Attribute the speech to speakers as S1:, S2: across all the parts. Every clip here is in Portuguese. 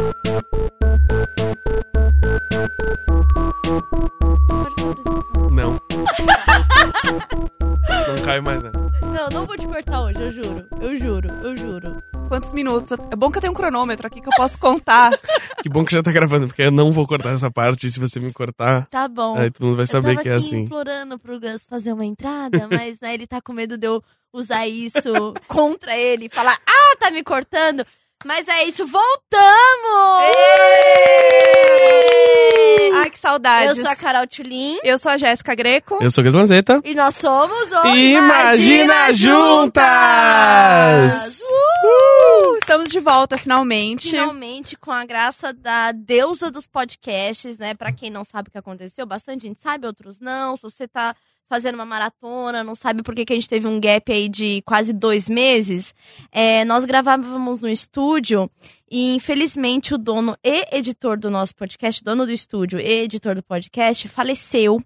S1: Não. Não cai mais, né?
S2: Não, eu não vou te cortar hoje, eu juro. Eu juro, eu juro.
S3: Quantos minutos? É bom que eu tenho um cronômetro aqui que eu posso contar.
S1: Que bom que já tá gravando, porque eu não vou cortar essa parte. e Se você me cortar,
S2: Tá bom.
S1: aí todo mundo vai
S2: eu
S1: saber
S2: tava
S1: que é
S2: aqui
S1: assim.
S2: implorando pro Gus fazer uma entrada, mas né, ele tá com medo de eu usar isso contra ele e falar, ah, tá me cortando. Mas é isso, voltamos!
S3: Ai, que saudades.
S2: eu sou a Carol Tulin
S3: Eu sou a Jéssica Greco.
S1: Eu sou o Gus Lanzetta.
S2: e nós somos o
S1: Imagina Juntas!
S3: Uh, Estamos de volta, finalmente.
S2: Finalmente, com a graça da deusa dos podcasts, né? Pra quem não sabe o que aconteceu, bastante gente sabe, outros não. Se você tá fazendo uma maratona, não sabe por que, que a gente teve um gap aí de quase dois meses, é, nós gravávamos no estúdio e, infelizmente, o dono e editor do nosso podcast, dono do estúdio e editor do podcast, faleceu.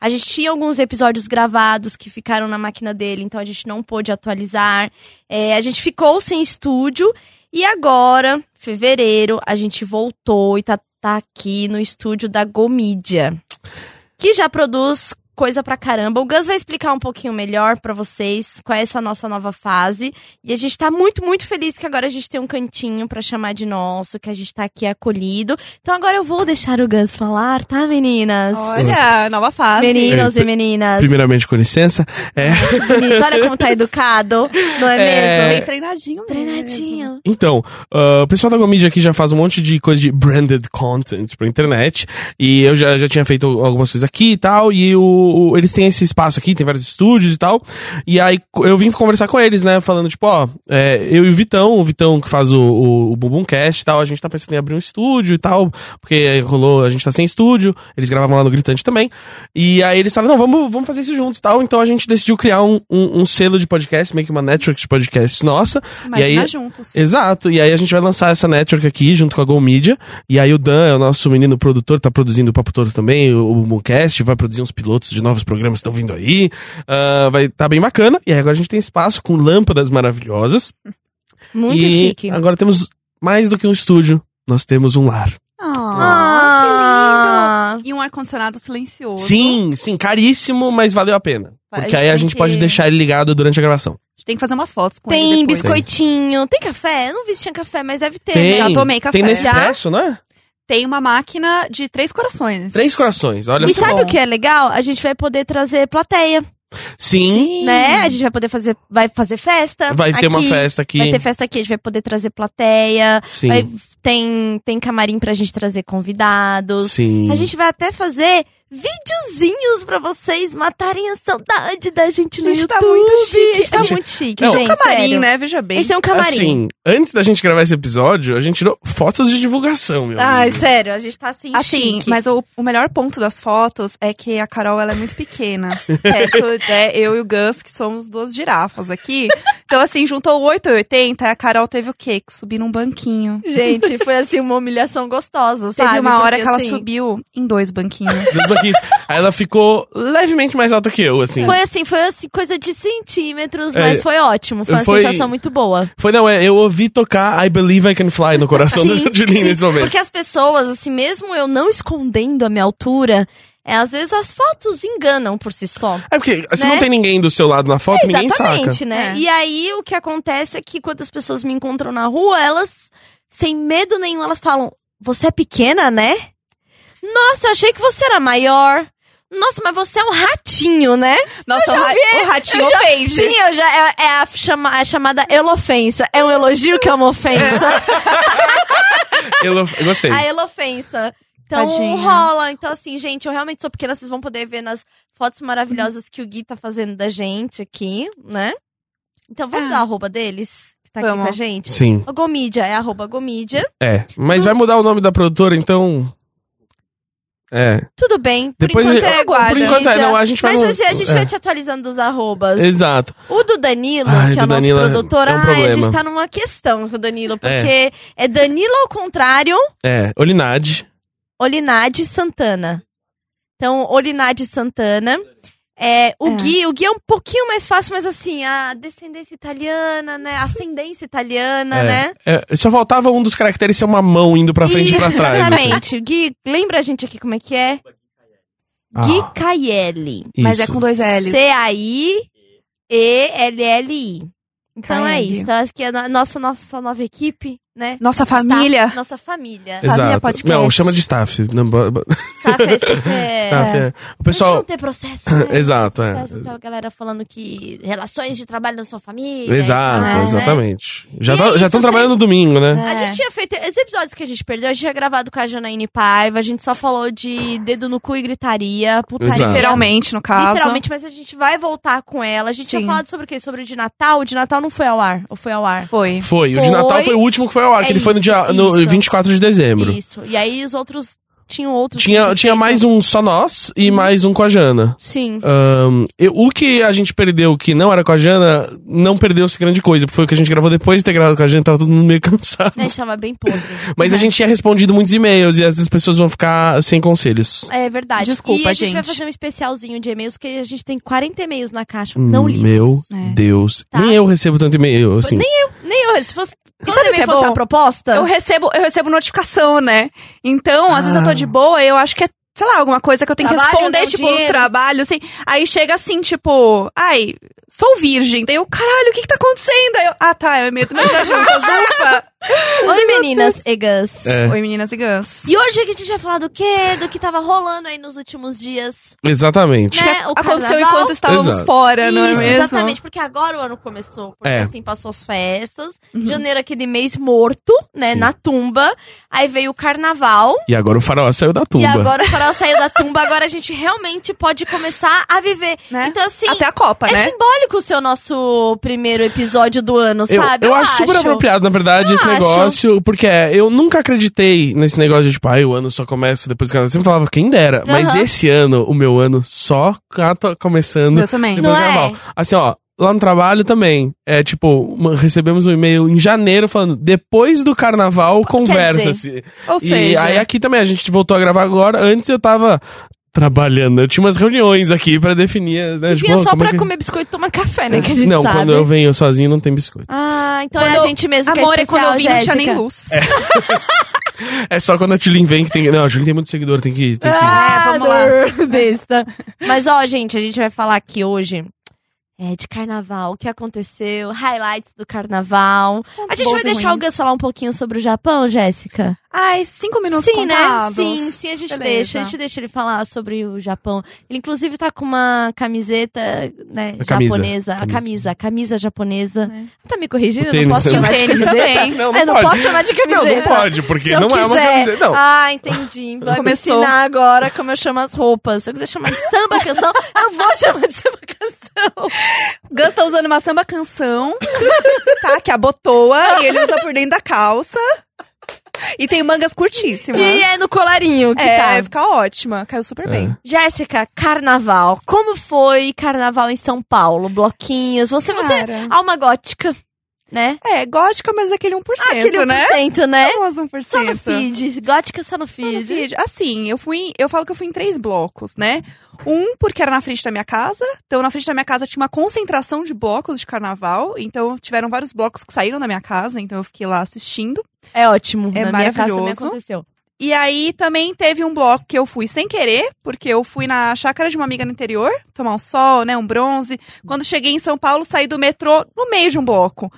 S2: A gente tinha alguns episódios gravados que ficaram na máquina dele, então a gente não pôde atualizar. É, a gente ficou sem estúdio e agora, fevereiro, a gente voltou e tá, tá aqui no estúdio da Gomídia, que já produz coisa pra caramba. O Gus vai explicar um pouquinho melhor pra vocês qual é essa nossa nova fase. E a gente tá muito, muito feliz que agora a gente tem um cantinho pra chamar de nosso, que a gente tá aqui acolhido. Então agora eu vou deixar o Gus falar, tá, meninas?
S3: Olha, nova fase.
S2: Meninos
S1: É,
S2: e meninas.
S1: Primeiramente, com licença. É.
S2: Bonito, olha como tá educado, não é,
S1: É.
S2: mesmo?
S3: Bem treinadinho mesmo.
S2: Treinadinho.
S1: Então, ah, o pessoal da Gomídia aqui já faz um monte de coisa de branded content pra internet. E eu já, já tinha feito algumas coisas aqui e tal. E o, o- eles têm esse espaço aqui, tem vários estúdios e tal. E aí co- eu vim conversar com eles, né? Falando, tipo, ó, é, eu e o Vitão, o Vitão que faz o, o, o Bumbumcast e tal, a gente tá pensando em abrir um estúdio e tal. Porque aí rolou, a gente tá sem estúdio, eles gravavam lá no Gritante também. E aí eles falaram, não, vamos, vamos fazer isso juntos e tal. Então a gente decidiu criar um, um, um selo de podcast, meio que uma network de podcasts nossa.
S3: Imagina
S1: e aí,
S3: juntos.
S1: Exato, e aí a gente vai lançar essa network aqui junto com a Go Media. E aí o Dan é o nosso menino produtor, tá produzindo o Papo Todo também, o Mooncast, vai produzir uns pilotos de novos programas que estão vindo aí. Ah, vai tá bem bacana. E aí agora a gente tem espaço com lâmpadas maravilhosas.
S2: Muito
S1: e
S2: chique.
S1: Agora temos mais do que um estúdio, nós temos um lar.
S3: Ah,
S2: Ah,
S3: que lindo. E um ar-condicionado silencioso.
S1: Sim, sim, caríssimo, mas valeu a pena.
S3: A
S1: Porque
S3: gente
S1: aí a
S3: tem
S1: gente
S3: que-
S1: pode deixar ele ligado durante a gravação.
S3: A gente tem que fazer umas fotos com ele
S2: Tem
S3: depois.
S2: biscoitinho, tem café? Eu não vi se tinha café, mas deve ter,
S1: Tem,
S2: né?
S3: Já tomei café.
S1: Tem Nespresso, né?
S3: Tem uma máquina de três corações.
S1: Três corações, olha
S2: E
S1: só.
S2: sabe
S3: bom.
S2: o que é legal? A gente vai poder trazer plateia,
S1: Sim,
S2: né? A gente vai poder fazer, vai fazer festa.
S1: vai ter uma
S2: aqui,
S1: festa aqui.
S2: Vai ter festa aqui, a gente vai poder trazer plateia.
S1: Sim.
S2: vai- tem, tem camarim pra gente trazer convidados.
S1: Sim.
S2: A gente vai até fazer videozinhos pra vocês matarem a saudade da gente no
S3: A gente tá
S2: YouTube.
S3: muito chique,
S2: A gente tá
S1: gente.
S2: muito chique,
S1: Não,
S2: gente.
S3: Camarim,
S2: sério.
S3: né? Veja bem.
S2: A gente tem um camarim.
S1: Assim, antes da gente gravar esse episódio, a gente tirou fotos de divulgação, meu
S2: Ai,
S1: amigo.
S2: sério, a gente tá assim,
S3: Assim,
S2: chique.
S3: mas o, o melhor ponto das fotos é que a Carol ela é muito pequena. Perto de eu e o Gus, que somos duas girafas aqui. Então, assim, juntou 8 e 80, a Carol teve o quê? Que subir num banquinho.
S2: Gente, foi assim uma humilhação gostosa, sabe?
S3: teve uma
S2: Porque,
S3: hora que ela
S2: assim,
S3: subiu em dois
S2: é
S3: banquinhos.
S1: Dos banquinhos. Aí ela ficou levemente mais alta que eu, assim.
S2: Foi assim, foi assim, coisa de centímetros,
S1: É,
S2: mas foi ótimo. Foi uma
S1: foi-
S2: sensação muito boa.
S1: Foi, não, é, eu ouvi tocar I Believe I Can Fly no coração do Julinho nesse momento.
S2: Assim, porque as pessoas, assim, mesmo eu não escondendo a minha altura, é, às vezes as fotos enganam por si só.
S1: É porque se
S2: Né? É,
S1: não tem ninguém do seu lado na foto, ninguém saca.
S2: Exatamente, né?
S3: É.
S2: E aí o que acontece é que quando as pessoas me encontram na rua, elas, sem medo nenhum, elas falam: Você é pequena, né? Nossa, eu achei que você era maior. Nossa, mas você é um ratinho, né?
S3: Nossa, o, ra- o ratinho ofende.
S2: Sim, eu já, é, é a, chama, a chamada elofensa. É um elogio que é uma ofensa.
S1: Eu, eu gostei.
S2: a elofensa. Então
S3: Tadinha.
S2: rola. Então, assim, gente, eu realmente sou pequena. Vocês vão poder ver nas fotos maravilhosas que o Gui tá fazendo da gente aqui, né? Então vamos
S3: É.
S2: dar a arroba deles, que tá aqui
S3: Vamos.
S2: com a gente.
S1: Sim,
S2: O Gomídia é arroba Gomídia.
S1: é. Mas vai mudar o nome da produtora, então. É.
S2: Tudo bem. Por
S1: Depois
S2: enquanto
S1: eu-
S2: é Gomídia.
S1: Por enquanto é, não, a gente vai.
S2: Mas
S1: no-
S2: a gente- a gente vai
S1: é,
S2: te atualizando dos arrobas.
S1: Exato.
S2: O do Danilo,
S1: Ai,
S2: que é o
S1: do
S2: nosso
S1: Danilo é-
S2: produtor,
S1: é um
S2: ai, a gente
S1: problema.
S2: tá numa questão com o Danilo, porque é, Danilo ao contrário,
S1: É, Olinade.
S2: Olinade Santana. Então, Olinade Santana. É, o,
S3: É.
S2: Gui, o Gui é um pouquinho mais fácil, mas assim, a descendência italiana, né? A ascendência italiana,
S1: É.
S2: né?
S1: É, só faltava um dos caracteres ser uma mão indo pra frente e pra trás. assim.
S2: Exatamente. O Gui, lembra a gente aqui como é que é?
S1: Ah.
S2: Gui Caielli.
S3: Mas é
S1: Isso.
S3: com dois L's.
S2: C-A-I-E-L-L-I. Então é
S3: Caielli.
S2: isso. Então, acho que é a nossa, nossa nova equipe, né?
S3: Nossa
S2: Staff,
S3: família.
S2: nossa família.
S3: Família
S1: Exato.
S3: podcast.
S1: Não, chama de staff. Não, bo- bo-
S2: Staff é isso que é.
S1: staff, é. O
S2: Pessoal... não
S1: pessoal.
S2: ter processo, né?
S1: Exato, é.
S2: Processo, então, a galera falando que relações de trabalho não são família. e
S1: Exato,
S2: tal, né?
S1: exatamente. Já
S2: E é
S1: estão
S2: isso,
S1: trabalhando no domingo, né?
S2: A
S3: É.
S2: gente tinha feito. Os episódios que a gente perdeu, a gente tinha gravado com a Janaíne Paiva, a gente só falou de dedo no cu e gritaria, putaria.
S1: Exato.
S3: É. Literalmente, no caso.
S2: Literalmente, mas a gente vai voltar com ela. A gente tinha
S3: Sim.
S2: falado sobre o quê? Sobre o de Natal? O de Natal não foi ao ar. Ou foi ao ar?
S3: Foi.
S1: Foi. O de
S2: É. Foi.
S1: Natal foi o último que foi ao ar,
S2: É
S1: que ele foi no
S2: isso,
S1: dia no
S2: isso.
S1: 24 de dezembro.
S2: Isso. E aí os outros. Tinham outros. que a
S1: Tinha,
S2: gente
S1: tinha
S2: fez.
S1: mais um só nós
S2: Uhum.
S1: e mais um com a Jana.
S2: Sim.
S1: Ahn, eu- o que a gente perdeu que não era com a Jana, não perdeu-se grande coisa, porque foi o que a gente gravou depois de ter gravado com a Jana, tava todo mundo meio cansado.
S2: A gente tava Né, bem podre.
S1: Mas a
S2: Uhum.
S1: gente tinha respondido muitos e-mails e às vezes as pessoas vão ficar sem conselhos.
S2: É verdade. e
S3: Desculpa,
S2: a gente, vai
S3: gente.
S2: fazer um especialzinho de e-mails, que a gente tem 40 e-mails na caixa. Não lidos.
S1: Hum, Meu
S3: É.
S1: Deus.
S2: Tá.
S1: Nem eu recebo tanto e-mail, assim.
S2: Nem eu, se fosse. Todo
S3: sabe o que
S2: e-mail
S3: é
S2: fosse
S3: bom?
S2: uma proposta.
S3: Eu recebo, eu recebo notificação, né? Então, às vezes eu tô de boa e eu acho que é, sei lá, alguma coisa que eu tenho
S2: Ah. Trabalho,
S3: que responder,
S2: não
S3: tipo,
S2: dinheiro.
S3: no trabalho, assim. Aí chega assim, tipo, ai, sou virgem. Daí eu, caralho, o que que tá acontecendo? Aí eu, ah, tá, eu medo mas já juntas, ufa.
S2: Oi, meninas e gans.
S1: É.
S3: Oi, meninas e gans.
S2: E hoje aqui a gente vai falar do quê? Do que tava rolando aí nos últimos dias.
S1: Exatamente.
S2: Né?
S3: Que
S2: O
S3: aconteceu
S2: carnaval.
S3: enquanto estávamos
S1: Exato.
S3: fora, não é
S2: Isso,
S3: mesmo?
S2: exatamente, porque agora o ano começou, porque
S1: É.
S2: assim passou as festas,
S3: Uhum.
S2: janeiro aquele mês morto, né,
S1: Sim.
S2: na tumba, aí veio o carnaval,
S1: E agora o farol saiu da tumba.
S2: e agora o farol saiu da tumba, agora a gente realmente pode começar a viver.
S3: Né?
S2: Então assim,
S3: Até a Copa,
S2: é
S3: né?
S2: simbólico ser o nosso primeiro episódio do ano,
S1: Eu,
S2: sabe?
S1: eu acho super apropriado, na verdade,
S2: Eu
S1: esse
S2: acho.
S1: negócio, porque é, eu nunca acreditei nesse negócio de, tipo, ai, o ano só começa depois do carnaval. Eu sempre falava, quem dera. Mas
S2: Aham.
S1: esse ano, o meu ano só ca- tá começando
S3: Eu também.
S1: depois do
S2: Não é?
S1: carnaval. Assim, ó, lá no trabalho também. É tipo, uma- recebemos um e-mail em janeiro falando, depois do carnaval, conversa-se.
S3: Ou
S1: E
S3: seja,
S1: aí aqui também, a gente voltou a gravar agora. Antes eu tava trabalhando, eu tinha umas reuniões aqui pra definir, né?
S2: Que vinha
S1: ó,
S2: só
S1: como é
S2: pra
S1: que-
S2: comer biscoito e tomar café, né, que a gente
S1: Não,
S2: sabe.
S1: quando eu venho sozinho não tem biscoito.
S2: Ah, então é
S3: Quando
S2: a
S3: eu-
S2: gente mesmo que
S3: amor,
S2: é
S3: é quando
S2: especial,
S3: eu vim, não tinha nem
S2: Jéssica.
S3: luz.
S1: É só quando a Tulin vem que tem. Não, a Tulin tem muito seguidor, tem que. Tem que...
S2: Ah,
S3: É, vamos lá.
S2: dor besta. Mas ó, gente, a gente vai falar aqui hoje é, de carnaval, o que aconteceu, highlights do carnaval. A gente vai
S3: Bons e
S2: deixar o
S3: ruins.
S2: Gus falar um pouquinho sobre o Japão, Jéssica?
S3: Ai, cinco minutos
S2: sim,
S3: contados.
S2: né? Sim, sim, a gente
S3: Beleza.
S2: deixa. A gente deixa ele falar sobre o Japão. Ele, inclusive, tá com uma camiseta, né,
S1: A camisa,
S2: japonesa. A
S1: camisa.
S2: camisa, a camisa japonesa. Tá me
S1: O
S2: corrigindo? Eu
S1: tênis
S2: não posso
S1: também.
S2: chamar de
S3: É. um Tênis
S2: camiseta?
S3: também.
S1: Não,
S2: Eu não posso chamar de
S1: Não,
S2: camiseta.
S1: não pode, porque
S2: Se eu
S1: não é uma
S2: quiser.
S1: camiseta. Não.
S2: Ah, entendi. Vai me
S3: Começou.
S2: ensinar agora como eu chamo as roupas. Se eu quiser chamar de samba canção, eu vou chamar de samba canção.
S3: Gus tá usando uma samba canção, tá? Que é a botoa, e ele usa por dentro da calça. E tem mangas curtíssimas.
S2: E é no colarinho que
S3: é,
S2: tá.
S3: fica ótima. Caiu super bem.
S2: Jéssica, carnaval. Como foi carnaval em São Paulo? Bloquinhos. Você, você é
S3: Cara.
S2: alma gótica, né?
S3: É, gótica, mas aquele 1%,
S2: Aquele 1%,
S3: né?
S2: né?
S3: Famoso 1%.
S2: Só no feed. Gótica só no
S3: Só no
S2: feed.
S3: feed. Assim, eu fui. Eu falo que eu fui em três blocos, né? Um, porque era na frente da minha casa. Então, na frente da minha casa tinha uma concentração de blocos de carnaval. Então, tiveram vários blocos que saíram da minha casa. Então, eu fiquei lá assistindo.
S2: É ótimo.
S3: É
S2: Na minha casa também
S3: maravilhoso.
S2: aconteceu.
S3: E aí também teve um bloco que eu fui sem querer, porque eu fui na chácara de uma amiga no interior, tomar um sol, né, um bronze. Quando cheguei em São Paulo, saí do metrô no meio de um bloco.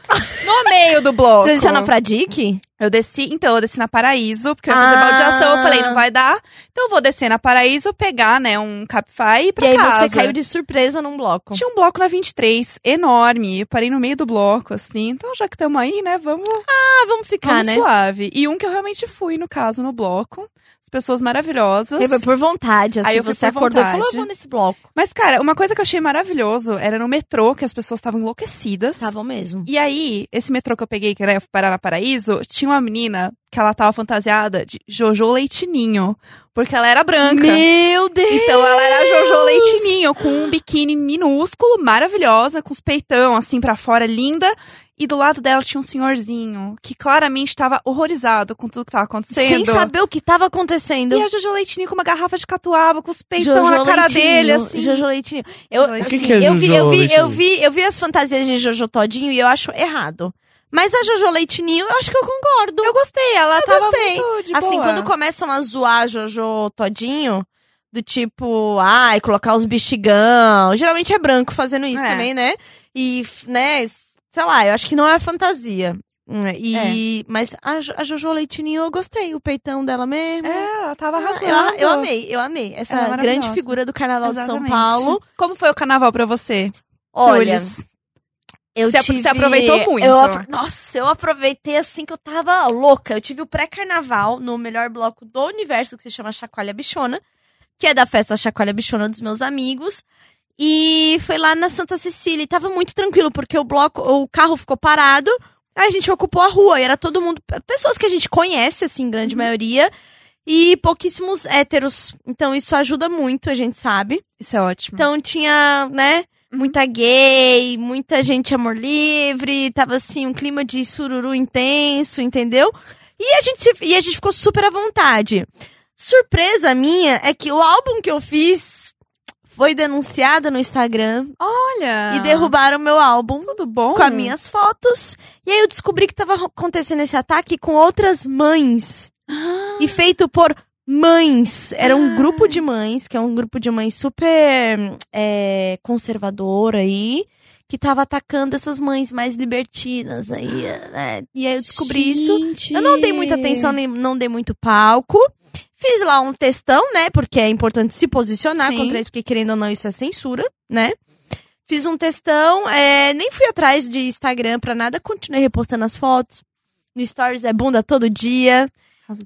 S3: No meio do bloco.
S2: Você desceu na Fradique?
S3: Eu desci, então, eu desci na Paraíso, porque eu ia fazer
S2: Ah.
S3: baldeação, eu falei, não vai dar. Então eu vou descer na Paraíso, pegar, né, um Capify e ir pra
S2: E aí
S3: casa.
S2: você caiu de surpresa num bloco.
S3: Tinha um bloco na 23, enorme. Eu parei no meio do bloco, assim. Então, já que estamos aí, né, vamos
S2: Ah, vamos ficar,
S3: Vamos
S2: né?
S3: suave. E um que eu realmente fui, no caso, no bloco. As pessoas maravilhosas.
S2: Aí foi por vontade, assim,
S3: Aí eu fui
S2: você
S3: por
S2: acordou e
S3: vontade.
S2: falou, eu vou nesse bloco.
S3: Mas, cara, uma coisa que eu achei maravilhoso era no metrô, que as pessoas estavam enlouquecidas.
S2: Tá bom mesmo.
S3: E aí, esse metrô que eu peguei, que era Paraná Paraíso, tinha uma menina que ela tava fantasiada de Jojo Leitininho, porque ela era branca.
S2: Meu Deus!
S3: Então ela era a Jojo Leitinho, com um biquíni minúsculo, maravilhosa, com os peitão assim pra fora, linda. E do lado dela tinha um senhorzinho que claramente tava horrorizado com tudo que tava acontecendo.
S2: Sem saber o que tava
S3: E
S2: acontecendo.
S3: a Jojo Leitinho com uma garrafa de catuaba, com os peitão
S2: Jojo
S3: na cara
S2: Leitinho,
S3: dele, assim.
S2: Jojo Leitinho. Eu,
S3: Jojo
S1: Leitinho. O que
S2: assim,
S1: que é
S2: eu, vi,
S1: Jojo
S2: eu, vi,
S1: Leitinho?
S2: eu, vi, eu vi as fantasias de Jojo Todinho e eu acho errado. Mas a Jojo Leitinho, eu acho que eu concordo.
S3: Eu gostei, ela tava
S2: gostei.
S3: muito de
S2: assim,
S3: boa.
S2: quando começam a zoar a Jojo Todinho, do tipo, ai, colocar uns bexigão. Geralmente é branco fazendo isso
S3: É.
S2: também, né? E, f- né, s- sei lá, eu acho que não é fantasia. Hum,
S3: É.
S2: E, Mas a, Jo- a Jojo Leitinho, eu gostei. O peitão dela mesmo.
S3: É, ela tava
S2: Ah,
S3: arrasando.
S2: Eu, eu amei, eu amei.
S3: Ela é
S2: Essa
S3: maravilhosa.
S2: grande figura do Carnaval de São
S3: Exatamente.
S2: Paulo.
S3: Como foi o carnaval pra você,
S2: Olha,
S3: Jules?
S2: eu
S3: Você apro-
S2: tive...
S3: você aproveitou muito.
S2: eu apro- Nossa, eu aproveitei assim que eu tava louca. Eu tive o pré-carnaval no melhor bloco do universo, que se chama Chacoalha Bichona. Que é da festa Chacoalha Bichona dos meus amigos. E foi lá na Santa Cecília. E tava muito tranquilo, porque o bloco, o carro ficou parado. Aí a gente ocupou a rua. E era todo mundo... Pessoas que a gente conhece, assim, grande
S3: Uhum.
S2: maioria. E pouquíssimos héteros. Então isso ajuda muito, a gente sabe.
S3: Isso é ótimo.
S2: Então tinha, né, muita gay, muita gente amor livre, tava assim, um clima de sururu intenso, entendeu? E a gente, se- e a gente ficou super à vontade. Surpresa minha é que o álbum que eu fiz foi denunciado no Instagram
S3: Olha.
S2: e derrubaram meu álbum
S3: Tudo bom?
S2: com as minhas fotos. E aí eu descobri que tava acontecendo esse ataque com outras mães
S3: Ah.
S2: e feito por mães. Era um grupo de mães, que é um grupo de mães super é, conservador aí, que tava atacando essas mães mais libertinas aí, né? E aí eu descobri isso. Eu não dei muita atenção, nem, não dei muito palco. Fiz lá um textão, né? Porque é importante se posicionar
S3: Sim.
S2: contra isso, porque querendo ou não, isso é censura, né? Fiz um textão, é, nem fui atrás de Instagram pra nada, continuei repostando as fotos. No Stories é bunda todo dia.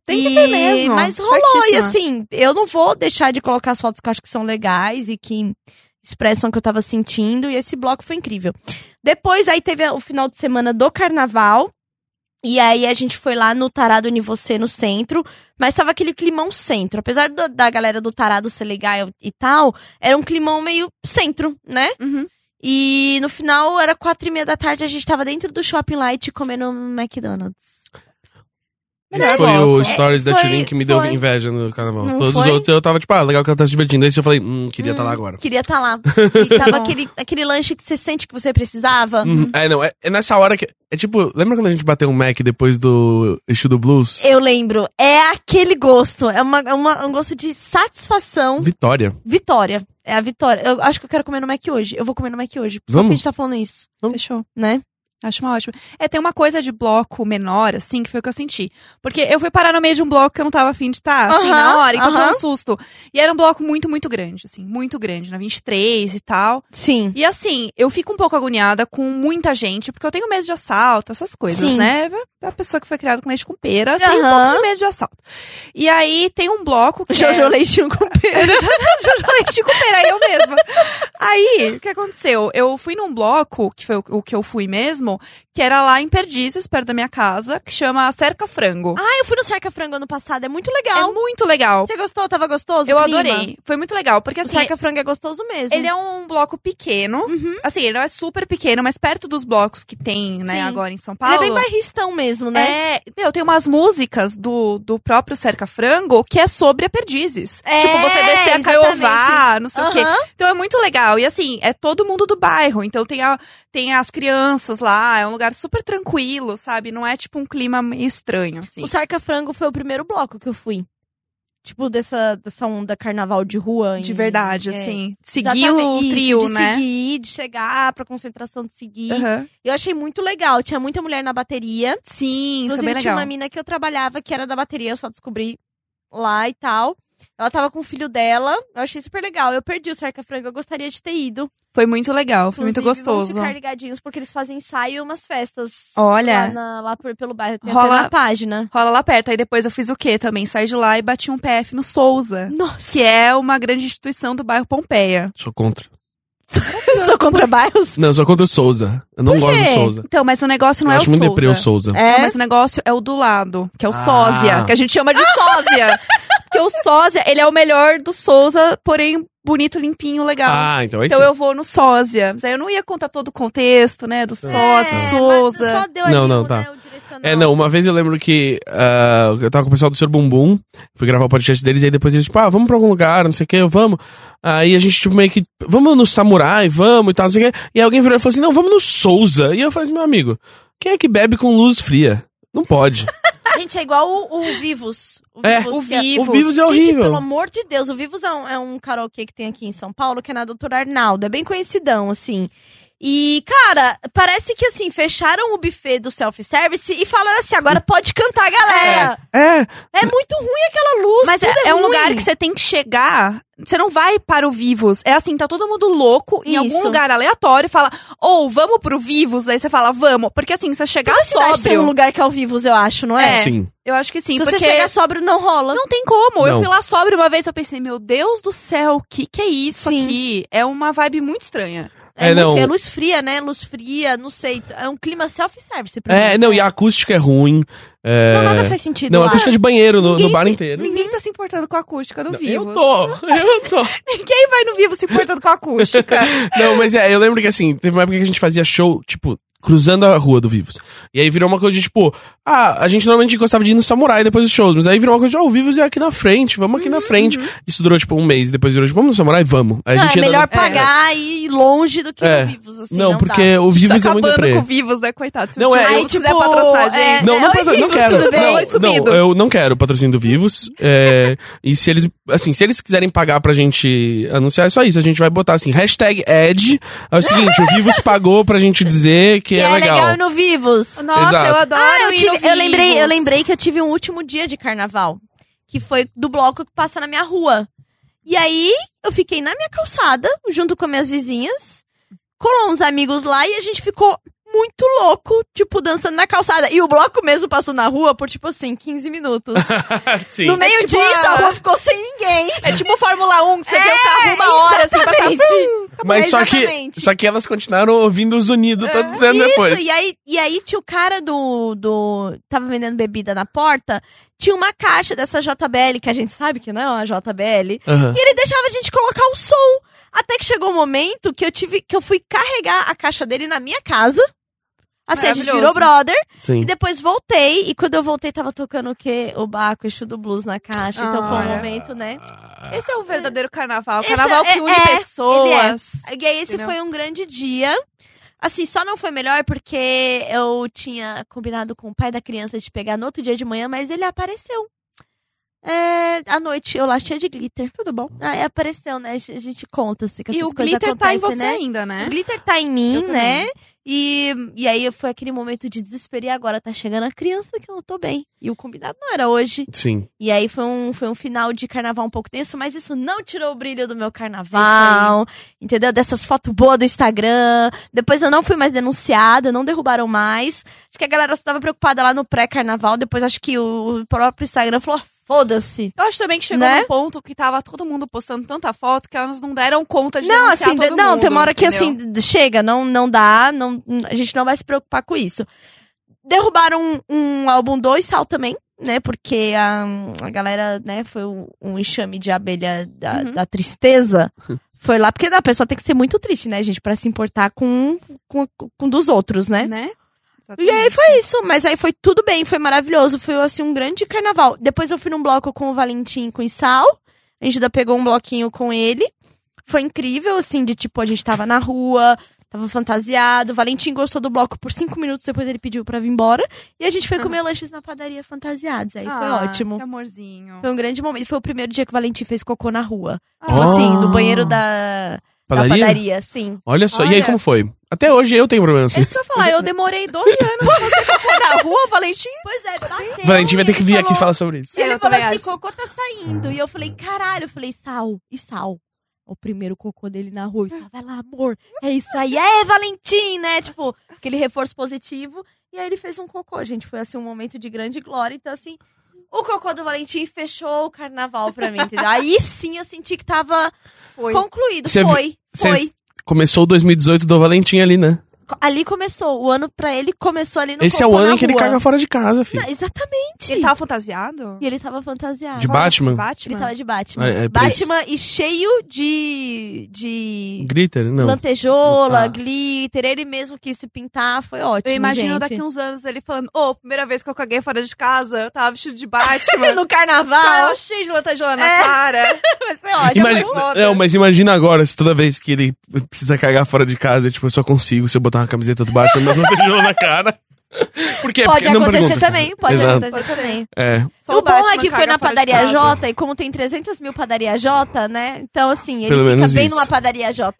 S3: Tem que
S2: E-
S3: ter mesmo.
S2: Mas rolou, e
S3: Certíssima.
S2: assim, eu não vou deixar de colocar as fotos que eu acho que são legais e que expressam o que eu tava sentindo, e esse bloco foi incrível. Depois, aí teve o final de semana do carnaval, e aí a gente foi lá no Tarado Univocê, no centro, mas tava aquele climão centro. Apesar do- da galera do Tarado ser legal e tal, era um climão meio centro, né?
S3: Uhum.
S2: E no final, era quatro e meia da tarde, a gente tava dentro do Shopping Light comendo um McDonald's.
S1: Esse
S2: né,
S3: Melhor
S1: foi
S3: bloco.
S2: É.
S1: o stories da
S2: Foi-
S1: Tilin que me deu
S2: foi.
S1: inveja no carnaval.
S2: Não
S1: Todos
S2: foi?
S1: os outros eu tava tipo, ah, legal que ela tá se divertindo. Aí eu falei, hum, queria estar
S2: Hum,
S1: lá agora.
S2: Queria estar lá. E tava
S3: Bom.
S2: aquele, aquele lanche que você sente que você precisava.
S1: Uhum. É, não, é, é nessa hora que. É tipo, lembra quando a gente bateu um Mac depois do Eixo do Blues?
S2: Eu lembro. É aquele gosto. É, uma, é uma- um gosto de satisfação.
S1: Vitória.
S2: Vitória. É a vitória. Eu acho que eu quero comer no Mac hoje. Eu vou comer no Mac hoje. Só
S1: Vamos?
S2: porque a gente tá falando isso,
S3: Fechou.
S2: né?
S3: Acho uma ótima. É, tem uma coisa de bloco menor, assim, que foi o que eu senti. Porque eu fui parar no meio de um bloco que eu não tava afim de estar,
S2: Aham,
S3: assim, na hora, então foi
S2: aham.
S3: um susto. E era um bloco muito, muito grande, assim, muito grande, na 23 e tal.
S2: Sim.
S3: E assim, eu fico um pouco agoniada com muita gente, porque eu tenho medo de assalto, essas coisas,
S2: Sim.
S3: né? A pessoa que foi criada com leite com pera tem um
S2: Aham.
S3: pouco de medo de assalto. E aí tem um bloco que é...
S2: Jojo Leitinho com pera.
S3: Jojo Leite com pera, eu mesma. Aí, o que aconteceu? Eu fui num bloco, que foi o- o que eu fui mesmo, que era lá em Perdizes, perto da minha casa, que chama Cerca Frango.
S2: Ah, eu fui no Cerca Frango ano passado. É muito
S3: é
S2: legal.
S3: muito legal.
S2: Você gostou? Tava gostoso?
S3: É Eu
S2: o clima?
S3: adorei. Foi muito legal, porque
S2: O
S3: assim,
S2: Cerca Frango é gostoso mesmo.
S3: ele é um bloco pequeno.
S2: Uhum.
S3: Assim, ele não é super pequeno, mas perto dos blocos que tem, né,
S2: Sim.
S3: agora em São
S2: Ele
S3: Paulo.
S2: é bem bairristão mesmo, né?
S3: É, meu, tem umas músicas do, do próprio Cerca Frango que é sobre a Perdizes.
S2: É,
S3: tipo, você descer a
S2: exatamente.
S3: Caiová, não sei o quê.
S2: Aham.
S3: Então é muito legal. E assim, é todo mundo do bairro. Então tem, a- tem as crianças lá, é um lugar super tranquilo, sabe? Não é tipo um clima meio estranho, assim.
S2: O Sarca Frango foi o primeiro bloco que eu fui. Tipo, dessa, dessa onda carnaval de rua.
S3: De
S2: em-
S3: verdade,
S2: é.
S3: assim. Seguir
S2: Exatamente,
S3: o
S2: isso,
S3: trio,
S2: de
S3: né?
S2: seguir, de chegar pra concentração de seguir.
S3: Aham.
S2: Eu achei muito legal. Tinha muita mulher na bateria.
S3: Sim, isso é
S2: Inclusive,
S3: bem
S2: tinha
S3: legal.
S2: uma mina que eu trabalhava que era da bateria, eu só descobri lá e tal. Ela tava com o filho dela. Eu achei super legal. Eu perdi o Sarca Frango, eu gostaria de ter ido.
S3: Foi muito legal, foi muito
S2: Inclusive,
S3: gostoso.
S2: Vamos ficar ligadinhos, porque eles fazem ensaio e umas festas. Lá,
S3: Olha.
S2: na- lá por- pelo bairro. Tem
S3: Rola-
S2: até na página.
S3: Rola lá perto. Aí depois eu fiz o quê também? Saí de lá e bati um PF no Souza.
S2: Nossa!
S3: que é uma grande instituição do bairro Pompeia.
S1: Sou contra.
S2: Sou contra bairros?
S1: Não, eu sou contra o Souza. Eu não
S2: Por
S1: gosto do
S2: quê?
S1: É, Souza.
S3: Então, mas o negócio não
S1: eu
S3: é o
S1: acho muito deprê o
S3: Souza.
S1: Souza.
S3: Não,
S2: É?
S3: mas o negócio é o do lado, que é o
S1: Ah.
S3: sósia, que a gente chama de sósia. Porque o sósia, ele é o melhor do Souza, porém bonito, limpinho, legal.
S1: Ah, então é isso.
S3: então eu vou no sósia. Mas aí eu não ia contar todo o contexto, né,
S1: É.
S3: do sósia,
S2: É, mas
S3: Souza.
S2: Só deu
S1: Não,
S2: ali
S1: não,
S2: o,
S1: tá.
S2: né, o direcional.
S1: É, não, uma vez eu lembro que ah, eu tava com o pessoal do Sr. Bumbum, fui gravar o podcast deles, e aí depois eles, tipo, ah, vamos pra algum lugar, não sei o que, eu vamos. Aí a gente, tipo, meio que, vamos no Samurai, vamos e tal, não sei o que. E aí alguém virou e falou assim, não, vamos no Souza. E eu falei, assim, meu amigo, quem é que bebe com luz fria? Não pode.
S2: Gente, é igual o, o Vivos. O
S1: É,
S2: Vivos
S3: o
S2: que é-
S3: Vivos.
S1: o Vivos é
S2: Gente,
S1: horrível.
S2: pelo amor de Deus, o Vivos é um, é um karaokê que tem aqui em São Paulo, que é na Doutora Arnaldo. É bem conhecidão, assim. E, cara, parece que, assim, fecharam o buffet do self-service e falaram assim, agora pode cantar, galera.
S1: É,
S2: É, muito ruim aquela luz,
S3: Mas é,
S2: tudo é,
S3: é um
S2: ruim.
S3: lugar que você tem que chegar. Você não vai para o Vivos. É assim, tá todo mundo louco em algum
S2: Isso.
S3: lugar aleatório e fala, ou vamos pro Vivos, daí você fala, vamos. Porque assim, se você chegar
S2: Toda cidade tem
S3: sóbrio.
S2: um lugar que é o Vivos, eu acho, não é?
S1: sim.
S3: Eu acho que sim,
S2: Se
S3: porque
S2: você chegar sóbrio, não rola.
S3: não tem como. Eu
S1: Não.
S3: fui lá sóbrio uma vez eu pensei, meu Deus do céu, o que, que é isso
S2: Sim.
S3: aqui? É uma vibe muito estranha.
S2: É,
S1: É,
S2: muito-
S1: não.
S2: é luz fria, né? Luz fria, não sei. É um clima self-service pra
S1: É,
S2: mim.
S1: não, e a acústica é ruim. É...
S2: Não, nada faz sentido
S1: Não, a
S2: lá.
S1: acústica é de banheiro no, no
S3: Ninguém
S1: bar
S3: se-
S1: inteiro.
S3: Ninguém tá se importando com a acústica do Vivos.
S1: Eu tô, eu tô.
S3: Ninguém vai no Vivo se importando com a acústica.
S1: Não, mas é, eu lembro que assim, teve uma época que a gente fazia show, tipo, cruzando a rua do Vivos. E aí virou uma coisa de tipo, ah, a gente normalmente gostava de ir no Samurai depois dos shows, mas aí virou uma coisa de, ó, o Vivos é aqui na frente, vamos aqui na frente. Isso durou tipo um mês, depois virou tipo, vamos no Samurai, vamos. Aí a
S2: Não,
S1: gente
S2: é
S1: ia
S2: melhor
S1: dando-
S2: pagar e ir longe do que
S1: É.
S2: no Vivos, assim.
S1: não,
S2: Não,
S1: porque o
S3: tá
S1: Vivos é muito
S3: acabando com o
S1: preto.
S3: Vivos, né, coitado? Se
S1: Não,
S3: o
S1: é-
S3: Village
S2: Aí,
S3: quiser
S2: tipo,
S3: patrocinar a
S2: é-
S3: gente.
S1: Não,
S2: É,
S1: não,
S2: oi,
S1: patro- não
S2: Vivos,
S1: quero.
S2: tudo bem?
S1: Não,
S3: Oi,
S1: não,
S3: sumido.
S1: eu não quero patrocínio do Vivos. é, e se eles, assim, se eles quiserem pagar pra gente anunciar, é só isso. A gente vai botar assim, hashtag ad. É o seguinte, o Vivos pagou pra gente dizer que,
S2: Que
S1: é legal.
S2: ir no Vivos.
S3: é. Nossa,
S1: Exato.
S3: eu adoro
S2: Ah, eu,
S3: ir
S2: tive-
S3: no
S2: eu lembrei, eu
S3: Vivos.
S2: lembrei que eu tive um último dia de carnaval. Que foi do bloco que passa na minha rua. E aí, eu fiquei na minha calçada, junto com minhas vizinhas. Colou uns amigos lá e a gente ficou muito louco, tipo, dançando na calçada. E o bloco mesmo passou na rua por, tipo assim, 15 minutos.
S1: Sim.
S2: No meio
S3: tipo
S2: disso,
S3: a-
S2: a rua ficou sem ninguém.
S3: É tipo Fórmula 1, que você vê o
S2: É,
S3: carro uma hora, assim, passar
S1: Mas só que,
S2: Exatamente. É,
S1: só que elas continuaram ouvindo os unidos tanto tempo
S2: Isso,
S1: depois.
S2: e aí, e aí tinha o cara do, do. Tava vendendo bebida na porta. Tinha uma caixa dessa JBL, que a gente sabe que não é uma JBL.
S1: Aham.
S2: E ele deixava a gente colocar o som. Até que chegou um momento que eu tive que eu fui carregar a caixa dele na minha casa. Assim, a gente virou
S3: Maravilhoso.
S2: brother. E
S1: Sim.
S2: depois voltei. E quando eu voltei, tava tocando o quê? O Baco, Exu do Blues na caixa. Então foi um
S3: Ah.
S2: momento, né?
S3: Esse é o verdadeiro carnaval. O
S2: Esse
S3: carnaval
S2: é-
S3: que une
S2: é,
S3: pessoas.
S2: E aí, esse
S3: Entendeu?
S2: foi um grande dia. Assim, só não foi melhor porque eu tinha combinado com o pai da criança de pegar no outro dia de manhã, mas ele apareceu. É, à noite, eu lá cheia de glitter.
S3: Tudo bom.
S2: Aí apareceu, né? A gente conta, assim, que essas
S3: E o
S2: coisas
S3: glitter tá em
S2: acontecem,
S3: você
S2: né?
S3: ainda,
S2: O
S3: né?
S2: glitter tá em
S3: Eu
S2: mim,
S3: também.
S2: né? E, e aí foi aquele momento de desespero. E agora tá chegando a criança que eu não tô bem. E o combinado não era hoje.
S1: Sim.
S2: E aí foi um, foi um final de carnaval um pouco tenso, mas isso não tirou o brilho do meu carnaval, entendeu? Dessas fotos boas do Instagram. Depois eu não fui mais denunciada, não derrubaram mais. Acho que a galera só tava preocupada lá no pré-carnaval, depois acho que o próprio Instagram falou, "Ah, foda-se.
S3: Eu acho também que chegou
S2: Né?
S3: num ponto que tava todo mundo postando tanta foto que elas não deram conta de
S2: Não,
S3: denunciar
S2: assim,
S3: todo
S2: não,
S3: mundo,
S2: tem uma hora que
S3: entendeu?
S2: assim, chega, não, não dá, não, a gente não vai se preocupar com isso. Derrubaram um, um álbum do Sal também, né? Porque a, a galera, né, foi um um enxame de abelha da,
S3: Uhum.
S2: da tristeza. Foi lá, porque não, a pessoa tem que ser muito triste, né, gente, pra se importar com, com, com dos outros, né?
S3: né?
S2: E aí foi É isso, mas aí foi tudo bem, foi maravilhoso, foi assim um grande carnaval. Depois eu fui num bloco com o Valentim e com o Sal, a gente ainda pegou um bloquinho com ele. Foi incrível, assim, de tipo, a gente tava na rua, tava fantasiado. O Valentim gostou do bloco por cinco minutos, depois ele pediu pra vir embora. E a gente foi comer lanches na padaria fantasiados. Aí foi
S3: Ah,
S2: ótimo.
S3: que amorzinho.
S2: Foi um grande momento. Foi o primeiro dia que o Valentim fez cocô na rua. Tipo
S1: Ah.
S2: assim, no banheiro da, da
S1: Padaria?
S2: padaria, sim.
S1: Olha só. E aí,
S3: Olha.
S1: como foi? Até hoje eu tenho problema
S3: É
S1: assim.
S3: isso que eu ia falar, eu demorei 12 anos pra você cocô na rua, Valentim.
S2: Pois é, bateu.
S1: Valentim vai ter
S2: e
S1: que
S2: ele
S1: vir aqui
S2: falou-
S1: falar sobre isso.
S2: E ele
S3: Eu
S2: falou
S3: também
S2: assim,
S3: acho.
S2: cocô tá saindo. E eu falei, caralho. Eu falei, sal. E sal. O primeiro cocô dele na rua. E sal, vai lá, amor. É isso aí. É, Valentim, né? Tipo, aquele reforço positivo. E aí ele fez um cocô, gente. Foi, assim, um momento de grande glória. Então, assim, o cocô do Valentim fechou o carnaval pra mim, entendeu? Aí sim eu senti que tava
S3: Foi.
S2: concluído.
S1: Cê vi-
S2: foi.
S1: cê-
S2: Foi.
S1: Começou o 2018 do Valentim ali, né?
S2: Ali começou. O ano pra ele começou ali no
S1: Esse é o
S2: Copom,
S1: ano
S2: na
S1: em que ele
S2: rua.
S1: caga fora de casa, filho.
S2: Não, exatamente.
S3: assim?" Ele tava fantasiado?
S2: E ele tava fantasiado.
S1: De Batman?
S2: Ele
S3: De Batman?
S2: tava de Batman.
S1: É, é, pra isso.
S2: Batman e cheio de. de.
S1: Glitter? Não.
S2: lantejola,
S1: Ah.
S2: glitter. Ele mesmo quis se pintar, foi
S3: Eu
S2: ótimo.
S3: imagino
S2: gente.
S3: daqui um uns anos ele falando, ô, primeira vez que eu caguei fora de casa, eu tava vestido de Batman.
S2: No carnaval.
S3: Tava cheio de lantejola na
S2: É.
S3: cara.
S2: Vai ser ótimo.
S1: Imagi-
S3: foi foda.
S1: Não, mas imagina agora, se toda vez que ele precisa cagar fora de casa, tipo, eu só consigo se eu botar uma camiseta do Batman, mas não tem na cara. Por quê?
S2: Pode
S1: Porque não
S2: acontecer
S1: pergunta.
S2: também, pode
S1: Exato.
S2: acontecer também.
S1: É.
S3: Só
S2: o bom é
S3: Batman
S2: que foi
S3: caga
S2: na
S3: fora de
S2: padaria
S3: casa.
S2: J, e como tem 300 mil padaria J, né? Então, assim, ele
S1: Pelo
S2: fica
S1: menos
S2: bem
S1: isso.
S2: numa padaria J.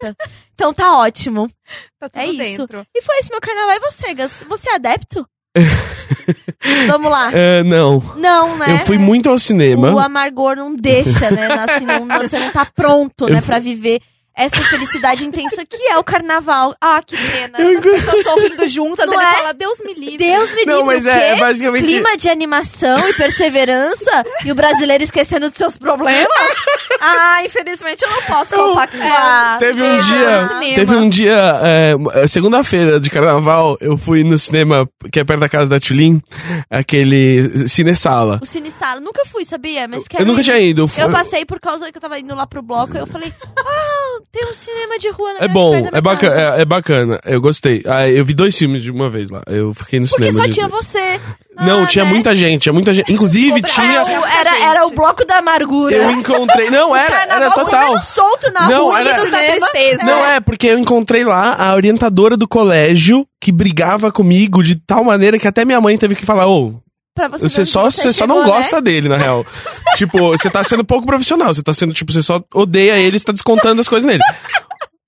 S2: Então tá ótimo.
S3: Tá tudo
S2: É isso.
S3: dentro.
S2: E foi esse meu carnaval. E você, Gus? Você é adepto? Vamos lá.
S1: É, não.
S2: Não, né?
S1: Eu fui muito ao cinema.
S2: O amargor não deixa, né? Assim, não- você não tá pronto, né, pra viver essa felicidade intensa que é o carnaval. Ah, que pena.
S1: Eu-
S3: Pessoas sorrindo juntas,
S2: Não
S3: ele
S2: é?
S3: fala, Deus me livre.
S2: Deus me livre,
S1: Não, mas
S2: o
S1: é, é
S2: quê?
S1: basicamente.
S2: Clima de animação e perseverança e o brasileiro esquecendo dos seus problemas? Ah, infelizmente eu não posso
S1: Não,
S2: compactuar.
S1: Teve um
S2: Ah,
S1: dia,
S3: cinema.
S1: teve um dia, é, segunda-feira de carnaval, eu fui no cinema que é perto da casa da Tulin, aquele cine sala.
S2: O Cine Sala. Nunca fui, sabia? Mas quero
S1: Eu nunca
S2: ir.
S1: tinha ido. fui-
S2: Eu passei por causa que eu tava indo lá pro bloco e eu falei, ah, tem um cinema de rua na
S1: É
S2: minha-
S1: bom,
S2: perto da minha
S1: é
S2: casa."
S1: bacana, é, é bacana, eu gostei. Ah, eu vi dois filmes de uma vez lá, eu fiquei no
S2: Porque
S1: cinema.
S2: só
S1: de-
S2: tinha você.
S1: Não,
S2: Ah,
S1: tinha
S2: né?
S1: muita gente, tinha muita gente. Inclusive
S2: Era
S1: tinha.
S2: o- era, era o bloco da amargura.
S1: Eu encontrei. Não, era, era
S2: Carnaval
S1: total.
S2: comendo solto na
S1: Não,
S2: rua,
S1: era-
S2: indo no
S3: Da
S2: cinema.
S3: tristeza.
S1: Não, é, porque eu encontrei lá a orientadora do colégio que brigava comigo de tal maneira que até minha mãe teve que falar, ô,
S2: Pra você,
S1: você
S2: ver
S1: só,
S2: onde
S1: você só não
S2: chegou, né?
S1: gosta dele, na real. tipo, você tá sendo pouco profissional. Você tá sendo, tipo, você só odeia ele, você tá descontando as coisas nele.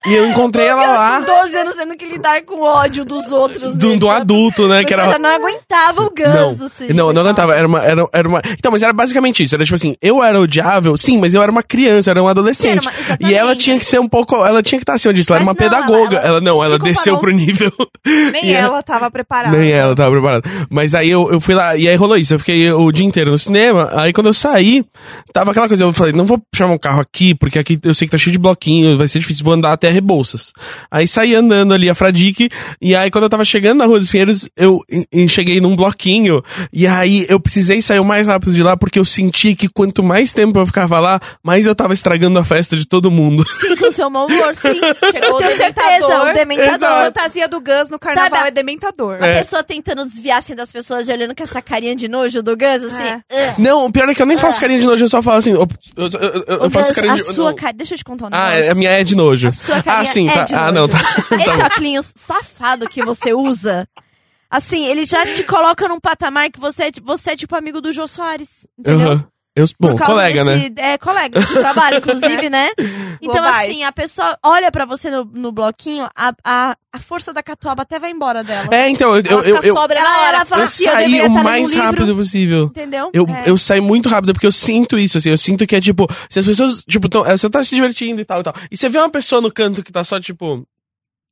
S1: E eu encontrei ela
S2: Com
S1: lá,
S2: 12 anos tendo que lidar com o ódio dos outros. né?
S1: do, do adulto, né?
S2: Você tá
S1: Que era
S2: já não aguentava o ganso,
S1: não,
S2: assim.
S1: não, não aguentava. Era uma, era, era uma. Então, mas era basicamente isso. Era tipo assim, eu era odiável, sim, mas eu era uma criança, era um adolescente.
S2: Você era uma- exatamente.
S1: e ela tinha que ser um pouco. Ela tinha que estar acima disso. Ela era
S2: Mas
S1: uma
S2: não,
S1: pedagoga.
S2: ela-
S1: Ela, não, ela
S2: se comparou-
S1: desceu pro nível.
S3: Nem
S2: é
S1: E
S3: ela tava preparada.
S1: Nem ela tava preparada. Mas aí eu, eu fui lá, e aí rolou isso. Eu fiquei o dia inteiro no cinema. Aí quando eu saí, tava aquela coisa. Eu falei, não vou chamar um carro aqui, porque aqui eu sei que tá cheio de bloquinho, vai ser difícil, vou andar até Rebouças. Aí saí andando ali a Fradique, e aí quando eu tava chegando na Rua dos Pinheiros, eu en- en- cheguei num bloquinho, e aí eu precisei sair o mais rápido de lá, porque eu senti que quanto mais tempo eu ficava lá, mais eu tava estragando a festa de todo mundo.
S2: Sim, assim com seu mau humor, sim.
S3: Chegou
S2: Eu
S3: o
S2: tenho certeza,
S3: dementador.
S2: o
S3: A
S2: dementador.
S3: fantasia do Gus no carnaval
S2: Sabe,
S3: é dementador.
S2: A pessoa tentando desviar assim, das pessoas e olhando com essa carinha de nojo do Gans, assim.
S1: Não, o pior é que eu nem faço carinha de nojo, eu só falo assim, eu, eu- eu- eu- eu
S2: Ah. Ô,
S1: faço
S2: Gans,
S1: carinha
S2: a
S1: de
S2: sua
S1: não.
S2: cara. Deixa eu te contar um
S1: Ah,
S2: negócio.
S1: é- a minha é de nojo.
S2: A sua carinha
S1: ah, sim,
S2: é
S1: tá.
S2: de
S1: ah,
S2: nojo.
S1: não, tá.
S2: Esse óculos safado que você usa, assim, ele já te coloca num patamar que você é, ti- você é tipo amigo do Jô Soares, entendeu?
S1: Aham. Eu, bom,
S2: Por causa
S1: colega, né?
S2: desse- É, colega de trabalho, inclusive, né? Então,
S3: Globais.
S2: assim, a pessoa olha pra você no, no bloquinho, a, a, a força da catuaba até vai embora dela.
S1: É, então, eu, eu,
S3: Ela é fica
S1: eu, eu,
S3: sobra na
S2: ela,
S3: hora.
S2: ela fala
S1: eu
S2: assim, eu deveria
S1: saí o
S2: estar lendo um
S1: mais
S2: livro, É.
S1: rápido possível.
S2: entendeu?
S1: Eu, eu saí muito rápido, porque eu sinto isso, assim, eu sinto que é tipo, se as pessoas, tipo, tão, você tá se divertindo e tal e tal, e você vê uma pessoa no canto que tá só, tipo,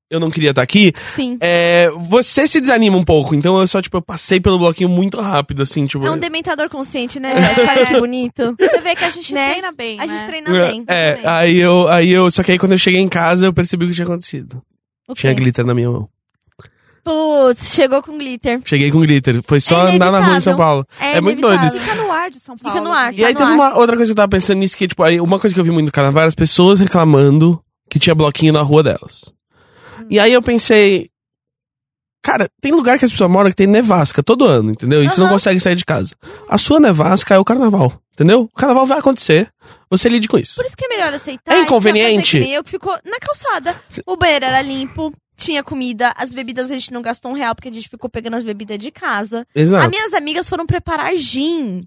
S1: eu não queria estar aqui,
S2: Sim.
S1: é, você se desanima um pouco, então eu só, tipo, eu passei pelo bloquinho muito rápido, assim, tipo...
S2: É um dementador consciente, né, Jéssica? Olha que bonito.
S3: Você vê que a gente
S2: Né?
S3: treina bem,
S2: A
S3: né?
S2: gente treina
S1: é,
S2: bem.
S1: é,
S2: também.
S1: aí eu, aí eu, só que aí quando eu cheguei em casa, eu percebi o que tinha acontecido.
S2: O quê?
S1: Tinha glitter na minha mão.
S2: Putz, chegou com glitter.
S1: Cheguei com glitter, foi só andar na rua em São
S2: inevitável.
S1: Paulo.
S2: É,
S1: É muito doido
S2: inevitável.
S1: isso.
S3: Fica no ar de São Paulo.
S2: Fica no ar.
S1: E aí
S2: no
S1: teve
S2: ar.
S1: uma outra coisa que eu tava pensando nisso, que, tipo, aí, uma coisa que eu vi muito no carnaval era as pessoas reclamando que tinha bloquinho na rua delas.
S2: Hum.
S1: E aí eu pensei. Cara, tem lugar que as pessoas moram que tem nevasca todo ano, entendeu? E você não
S2: Aham.
S1: consegue sair de casa. A sua nevasca é o carnaval, entendeu? O carnaval vai acontecer, você lide com isso.
S2: Por isso que é melhor aceitar. e não
S1: É
S2: fazer
S1: inconveniente.
S2: que nem Eu que ficou na calçada. O banheiro era limpo, tinha comida, as bebidas a gente não gastou um real porque a gente ficou pegando as bebidas de casa. As
S1: Exato.
S2: minhas amigas foram preparar gin.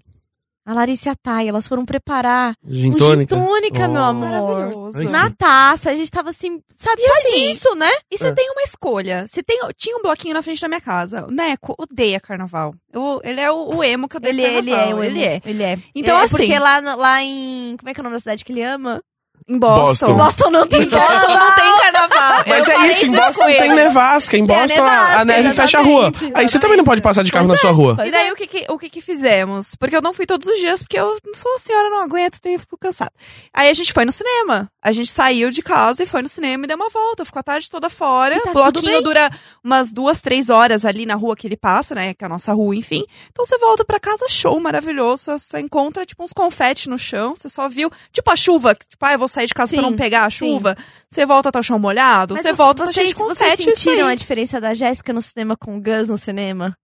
S2: A Larissa e a Thay, elas foram preparar
S1: Gin
S2: um gin
S1: tônica.
S2: tônica, meu
S1: Oh.
S2: amor.
S3: Maravilhoso.
S1: Aí sim.
S2: Na taça, a gente tava assim, sabe? Faz
S3: assim,
S2: isso, né?
S3: E
S1: É.
S3: você tem uma escolha. Se tem, tinha um bloquinho na frente da minha casa. O Neco odeia carnaval. Eu- ele é o, o emo que odeia
S2: Ele,
S3: carnaval.
S2: ele é, o
S3: ele é.
S2: Ele é.
S3: Então,
S2: é
S3: assim-
S2: Porque lá, no- lá em. Como é que é o nome da cidade que ele ama?
S3: Em Boston.
S1: Boston.
S3: Então,
S2: Boston não tem
S3: Em Boston não tem carnaval.
S1: Mas
S3: Eu
S1: é
S3: parei
S1: isso, em
S3: de
S1: Boston
S3: coelho.
S1: tem nevasca. Em
S2: Tem a
S1: Boston a,
S2: nevasca,
S1: a neve fecha a rua.
S2: exatamente,
S1: Aí você também não pode passar de carro na
S2: Pois
S1: sua
S2: é,
S1: rua.
S2: pois
S3: E daí
S2: é.
S3: o que que, o que que fizemos? Porque eu não fui todos os dias, porque eu não sou a senhora, não aguento, tenho, fico cansada. Aí a gente foi no cinema. A gente saiu de casa e foi no cinema e deu uma volta. Ficou a tarde toda fora.
S2: E tá
S3: o
S2: tudo
S3: bloquinho
S2: bem?
S3: dura umas duas, três horas ali na rua que ele passa, né? Que é a nossa rua, enfim. Então você volta pra casa, show maravilhoso. Você só encontra, tipo, uns confete no chão. Você só viu, tipo, a chuva. que, Tipo, ah, eu vou sair de casa pra
S2: Sim,
S3: não pegar a
S2: sim.
S3: chuva. Você volta, tá o chão
S1: Então
S3: molhado.
S2: Mas
S3: você
S2: vocês-
S3: volta, tá cheio
S2: vocês,
S3: de
S2: vocês
S1: é
S3: confete. isso
S2: sentiram
S3: aí.
S2: a diferença da Jéssica no cinema com o Gus no cinema?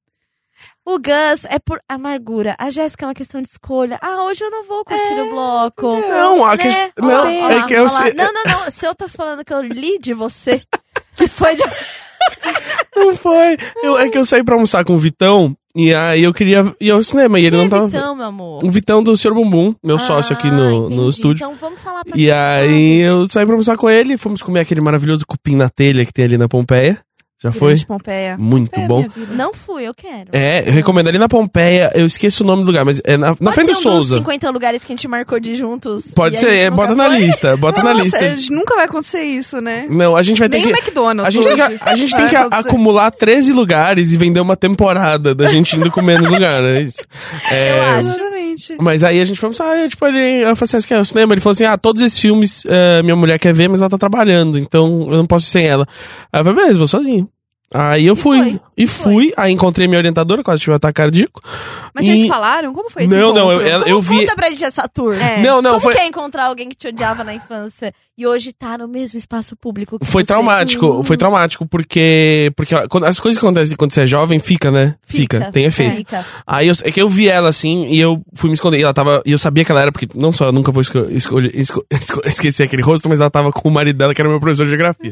S2: O Gus é por amargura. A Jéssica é uma questão de escolha. Ah, hoje eu não vou curtir o bloco.
S1: É, Não, a
S2: Né?
S1: questão.
S2: Ó
S1: Não,
S2: lá, ó
S1: é
S2: lá,
S1: que eu
S2: ó lá.
S1: sei-
S2: não, não, não. Se eu tô falando que eu li de você, que foi de.
S1: Não foi. Eu, é que eu saí pra almoçar com o Vitão e aí eu queria ir ao cinema e ele não tava.
S2: Então, meu amor.
S1: O Vitão do Sr. Bumbum, meu sócio aqui no,
S2: Ah,
S1: no
S2: entendi.
S1: estúdio.
S2: Então vamos falar pra
S1: E
S2: quem
S1: aí eu saí pra almoçar com ele, fomos comer aquele maravilhoso cupim na telha que tem ali na Pompeia. Já foi?
S3: Grande Pompeia.
S1: Muito
S3: É,
S1: bom.
S3: minha vida.
S2: sabe. Não fui, eu quero.
S1: É, eu recomendo ali na Pompeia, eu esqueço o nome do lugar, mas é na, na
S2: Pode
S1: frente
S2: ser
S1: do
S2: um
S1: Souza.
S2: Dos 50 lugares que a gente marcou de juntos.
S1: Pode
S2: e a
S1: ser,
S2: gente
S1: é,
S2: nunca
S1: bota na
S2: foi?
S1: lista, bota na
S3: Nossa,
S1: lista.
S2: é
S3: a gente- Nunca vai acontecer isso, né?
S1: Não, a gente vai ter
S3: Nem
S1: que
S3: o McDonald's.
S1: A gente tem que,
S3: hoje. É.
S1: a gente tem
S3: Vai
S1: que a-
S3: acontecer.
S1: acumular 13 lugares e vender uma temporada da gente indo com menos lugar, é isso. É,
S3: Exatamente.
S1: Mas aí a gente falou assim, ah, tipo, ele, eu falei assim, "Ah, você quer ir ao cinema? Ele falou assim, ah, todos esses filmes eh, minha mulher quer ver, mas ela tá trabalhando, então eu não posso ir sem ela. Aí eu falei, beleza, vou sozinho. Aí eu
S2: E
S1: fui.
S2: foi.
S1: E fui, aí encontrei minha orientadora, quase tive um ataque cardíaco.
S3: Mas
S1: E-
S3: vocês falaram? Como foi esse
S1: Não, não, é
S3: encontro?
S1: eu-
S2: Como
S1: eu vi-
S2: Conta pra gente essa tour.
S3: É.
S1: Não, não,
S2: Como
S1: foi,
S2: que é encontrar alguém que te odiava na infância e hoje tá no mesmo espaço público que
S1: foi
S2: você?
S1: traumático,
S2: Hum,
S1: foi traumático, porque, porque ó, quando- as coisas que acontecem quando você é jovem, fica, né? Fica, tem efeito.
S2: Fica.
S1: Aí eu, é que eu vi ela assim e eu fui me esconder. E ela tava. E eu sabia que ela era, porque não só eu nunca vou esco- escolher- esco- esco- esquecer aquele rosto, mas ela tava com o marido dela, que era meu professor de geografia.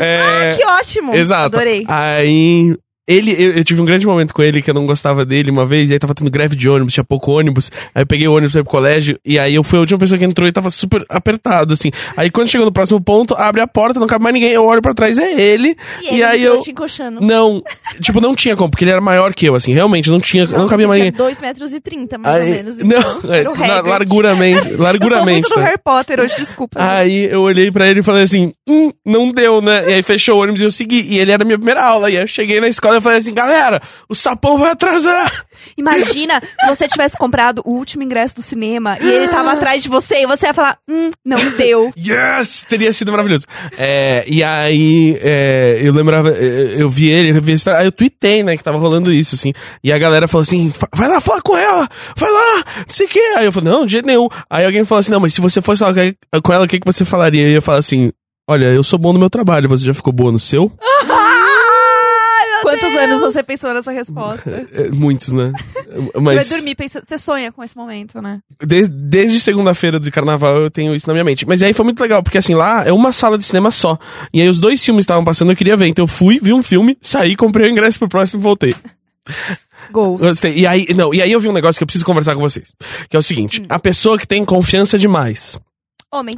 S1: É,
S2: Ah, Que ótimo.
S1: exato.
S3: adorei.
S1: Aí. Ele, eu, eu tive um grande momento com ele que eu não gostava dele uma vez, e aí tava tendo greve de ônibus, tinha pouco ônibus. Aí eu peguei o ônibus pra ir pro colégio, e aí eu fui a última pessoa que entrou e tava super apertado, assim. Aí quando chegou no próximo ponto, abre a porta, não cabe mais ninguém, eu olho pra trás, é ele.
S2: E,
S1: E,
S2: ele
S1: aí
S2: entrou
S1: eu.
S2: te encoxando.
S1: Não, tipo, não tinha como, porque ele era maior que eu, assim, realmente, não tinha, não, cabia mais
S2: tinha
S1: ninguém.
S2: 2 metros e 30, mais
S1: Aí-
S2: ou menos.
S1: Não, é,
S3: Era o
S1: na-
S3: Hagrid.
S1: larguramente.
S3: Eu tô muito
S1: Larguramente.
S3: no
S1: né?
S3: Harry Potter hoje, desculpa.
S1: Aí eu olhei pra ele e falei assim, hum, não deu, né? E aí fechou o ônibus e eu segui. E ele era a minha primeira aula. E aí eu cheguei na escola e falei assim, galera, o sapão vai atrasar.
S3: Imagina se você tivesse comprado o último ingresso do cinema e ele
S1: Ah.
S3: tava atrás de você e você ia falar, hum, não deu.
S1: Yes! Teria sido maravilhoso. É, e aí é, eu lembrava, é, eu vi ele, eu vi esse- aí eu tuitei, né, que tava rolando isso, assim. E a galera falou assim: "Fa- vai lá falar com ela, vai lá, não sei o quê. Aí eu falei, não, de jeito nenhum. Aí alguém falou assim: não, mas se você fosse falar com- com ela, o que, que você falaria? E eu falo assim: olha, eu sou bom no meu trabalho, você já ficou boa no seu?
S3: Quantos anos você pensou nessa resposta?
S1: É, muitos, né?
S3: Mas...
S1: Mas.
S3: Vai dormir pensando. Você sonha com esse momento, né?
S1: Desde, desde segunda-feira de carnaval eu tenho isso na minha mente. Mas aí foi muito legal, porque assim, lá é uma sala de cinema só. E aí os dois filmes estavam passando, eu queria ver. Então eu fui, vi um filme, saí, comprei o ingresso pro próximo e voltei.
S3: Gols.
S1: Gostei. E aí, não, e aí eu vi um negócio que eu preciso conversar com vocês. Que é o seguinte: a pessoa que tem confiança demais.
S2: Homem.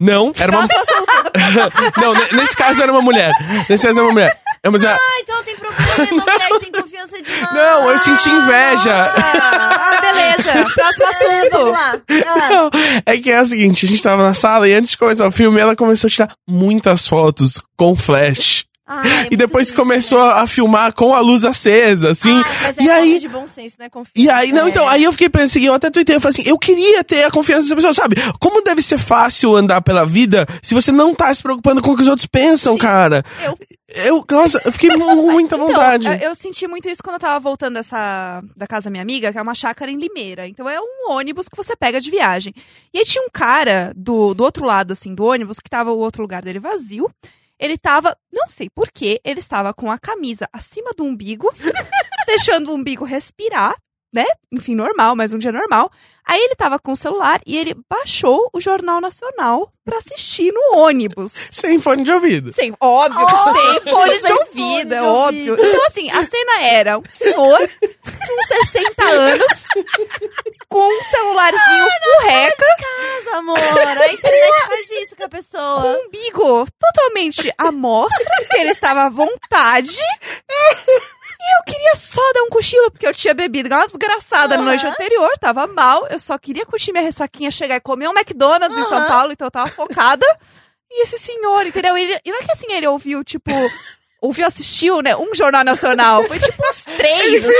S1: Não, era uma.
S3: Próximo assunto.
S1: não, ne- nesse caso era uma mulher. Nesse caso era uma mulher. É, mas a-
S2: Ah, então tem problema. mulher que tem confiança demais.
S1: Não, eu senti inveja.
S3: Ah, beleza. Próximo
S2: É, Vamos
S3: assunto.
S2: lá. Ah,
S1: Não, é que é o seguinte, a gente tava na sala e antes de começar o filme, ela começou a tirar muitas fotos com flash.
S2: ah, é
S1: E
S2: muito
S1: depois
S2: triste,
S1: começou
S2: né?
S1: a filmar com a luz acesa, assim.
S2: Ah, mas é
S1: e aí.
S2: falta de bom senso, né? Confiança.
S1: E aí, não, então, aí eu fiquei pensando, assim, eu até tuitei, eu falei assim, eu queria ter a confiança dessa pessoa, sabe? Como deve ser fácil andar pela vida se você não tá se preocupando com o que os outros pensam, cara?
S2: eu. é.
S1: Eu, nossa, eu fiquei com muita vontade.
S3: Então, eu, eu senti muito isso quando eu tava voltando dessa, da casa da minha amiga, que é uma chácara em Limeira. Então é um ônibus que você pega de viagem. E aí tinha um cara do, do outro lado, assim, do ônibus, que tava o outro lugar dele vazio. Ele tava, não sei porquê, ele estava com a camisa acima do umbigo, deixando o umbigo respirar, né? Enfim, normal, mas um dia normal. Aí ele tava com o celular e ele baixou o Jornal Nacional pra assistir no ônibus.
S1: Sem fone de ouvido.
S3: Sem, óbvio,
S2: Óbvio,
S3: sem fone de
S2: sem fone
S3: ouvido,
S2: de
S3: é óbvio. Então, assim, a cena era um senhor de uns 60 anos com um celularzinho furreca,
S2: Mas, amor, a internet faz isso com a pessoa.
S3: com um bigo totalmente à mostra, que ele estava à vontade. E eu queria só dar um cochilo, porque eu tinha bebido igual uma desgraçada na noite
S2: Aham.
S3: anterior, tava mal. Eu só queria curtir minha ressaquinha, chegar e comer um McDonald's em São
S2: Aham.
S3: Paulo, então eu tava focada. E esse senhor, entendeu? Ele, e não é que assim ele ouviu, tipo. Ouviu, assistiu, né? Um Jornal Nacional. Foi tipo uns três. assim.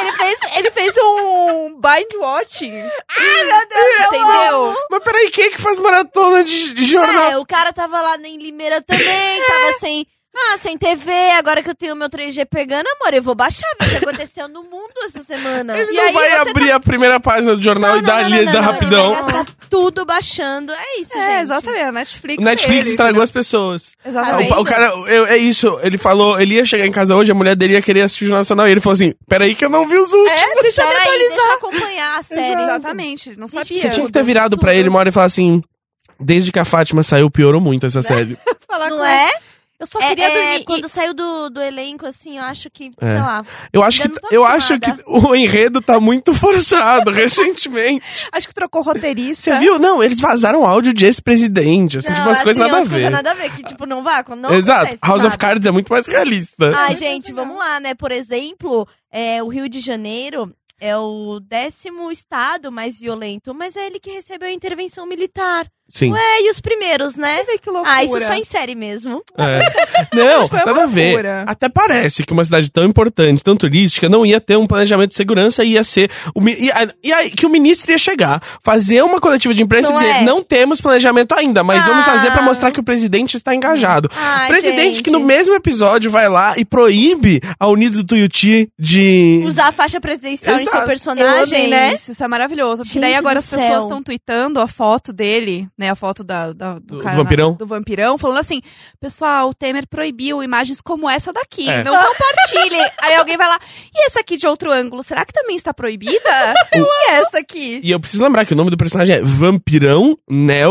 S3: ele, fez, ele fez um bind watching. Entendeu?
S1: Mas peraí, quem é que faz maratona de, de jornal?
S2: É, o cara tava lá em Limeira também, tava sem. Ah, sem TV, agora que eu tenho meu 3G pegando, amor, eu vou baixar, ver o que aconteceu no mundo essa semana.
S1: Ele
S3: E
S1: não
S3: aí
S1: vai
S3: você
S1: abrir
S2: tá
S1: a primeira página do jornal e dar ali, dar rapidão.
S2: Ele vai gastar tudo baixando. É isso, gente.
S3: É, exatamente. a Netflix.
S1: O Netflix
S3: dele.
S1: estragou as pessoas.
S2: Tá
S1: Ah,
S3: Exatamente.
S1: o, pa- o cara, eu- é isso, ele falou, ele ia chegar em casa hoje, a mulher dele ia querer assistir o Jornal Nacional, e ele falou assim, peraí que eu não vi os últimos.
S3: É, deixa eu me
S2: Peraí,
S3: atualizar.
S2: deixa eu acompanhar a série.
S3: Exatamente, não
S2: Gente,
S3: sabia.
S1: Você tinha que ter virado pra ele uma hora e falar assim, desde que a Fátima saiu, piorou muito
S2: Né?
S1: essa série.
S3: falar
S2: Não
S3: com
S2: é?
S3: ele. Eu só
S2: É,
S3: queria
S2: é,
S3: dormir.
S2: quando saiu do, do elenco, assim, eu acho que,
S1: É.
S2: sei lá.
S1: Eu acho,
S2: Eu
S1: que,
S2: não tô
S1: eu acho que
S2: acostumada.
S1: o enredo tá muito forçado recentemente.
S3: E Acho que trocou roteirista.
S1: Você viu? Não, eles vazaram áudio de ex-presidente, assim, tipo, umas
S2: assim,
S1: coisas nada
S2: umas
S1: a
S2: coisas
S1: ver.
S2: nada a ver, que tipo, não vá, quando não
S1: Exato,
S2: acontece
S1: House
S2: nada. Ah,
S1: of Cards é muito mais realista.
S2: Ai,
S3: Muito
S2: gente,
S3: legal.
S2: vamos lá, né? Por exemplo, é, o Rio de Janeiro é o décimo estado mais violento, mas é ele que recebeu a intervenção militar.
S1: Sim.
S2: É, e os primeiros, né?
S3: Vê que loucura.
S2: Ah, isso só em série mesmo.
S1: É. Não,
S3: Mas foi uma
S1: nada a ver.
S3: loucura.
S1: Até parece que uma cidade tão importante, tão turística, não ia ter um planejamento de segurança, ia ser. o mi- e, a- e aí, que o ministro ia chegar, fazer uma coletiva de imprensa
S2: Não
S1: e dizer:
S2: é?
S1: não temos planejamento ainda, mas vamos
S2: Ah.
S1: fazer pra mostrar que o presidente está engajado.
S2: Ai,
S1: presidente
S2: gente.
S1: que no mesmo episódio vai lá e proíbe a Unidos do Tuiuti de.
S2: Usar a faixa presidencial em seu
S1: Exato.
S3: Eu
S2: personagem,
S3: amei
S2: né?
S3: isso, isso é maravilhoso. Porque
S2: Gente
S3: daí agora
S2: do
S3: as
S2: céu.
S3: pessoas estão tweetando a foto dele, né? A foto da, da-
S1: Do
S3: do, cara.
S1: vampirão?
S3: do vampirão, falando assim: pessoal, o Temer proibiu imagens como essa daqui.
S1: É.
S3: Não compartilhem. Aí alguém vai lá, e essa aqui de outro ângulo, será que também está proibida? e essa aqui?
S1: E eu preciso lembrar que o nome do personagem é Vampirão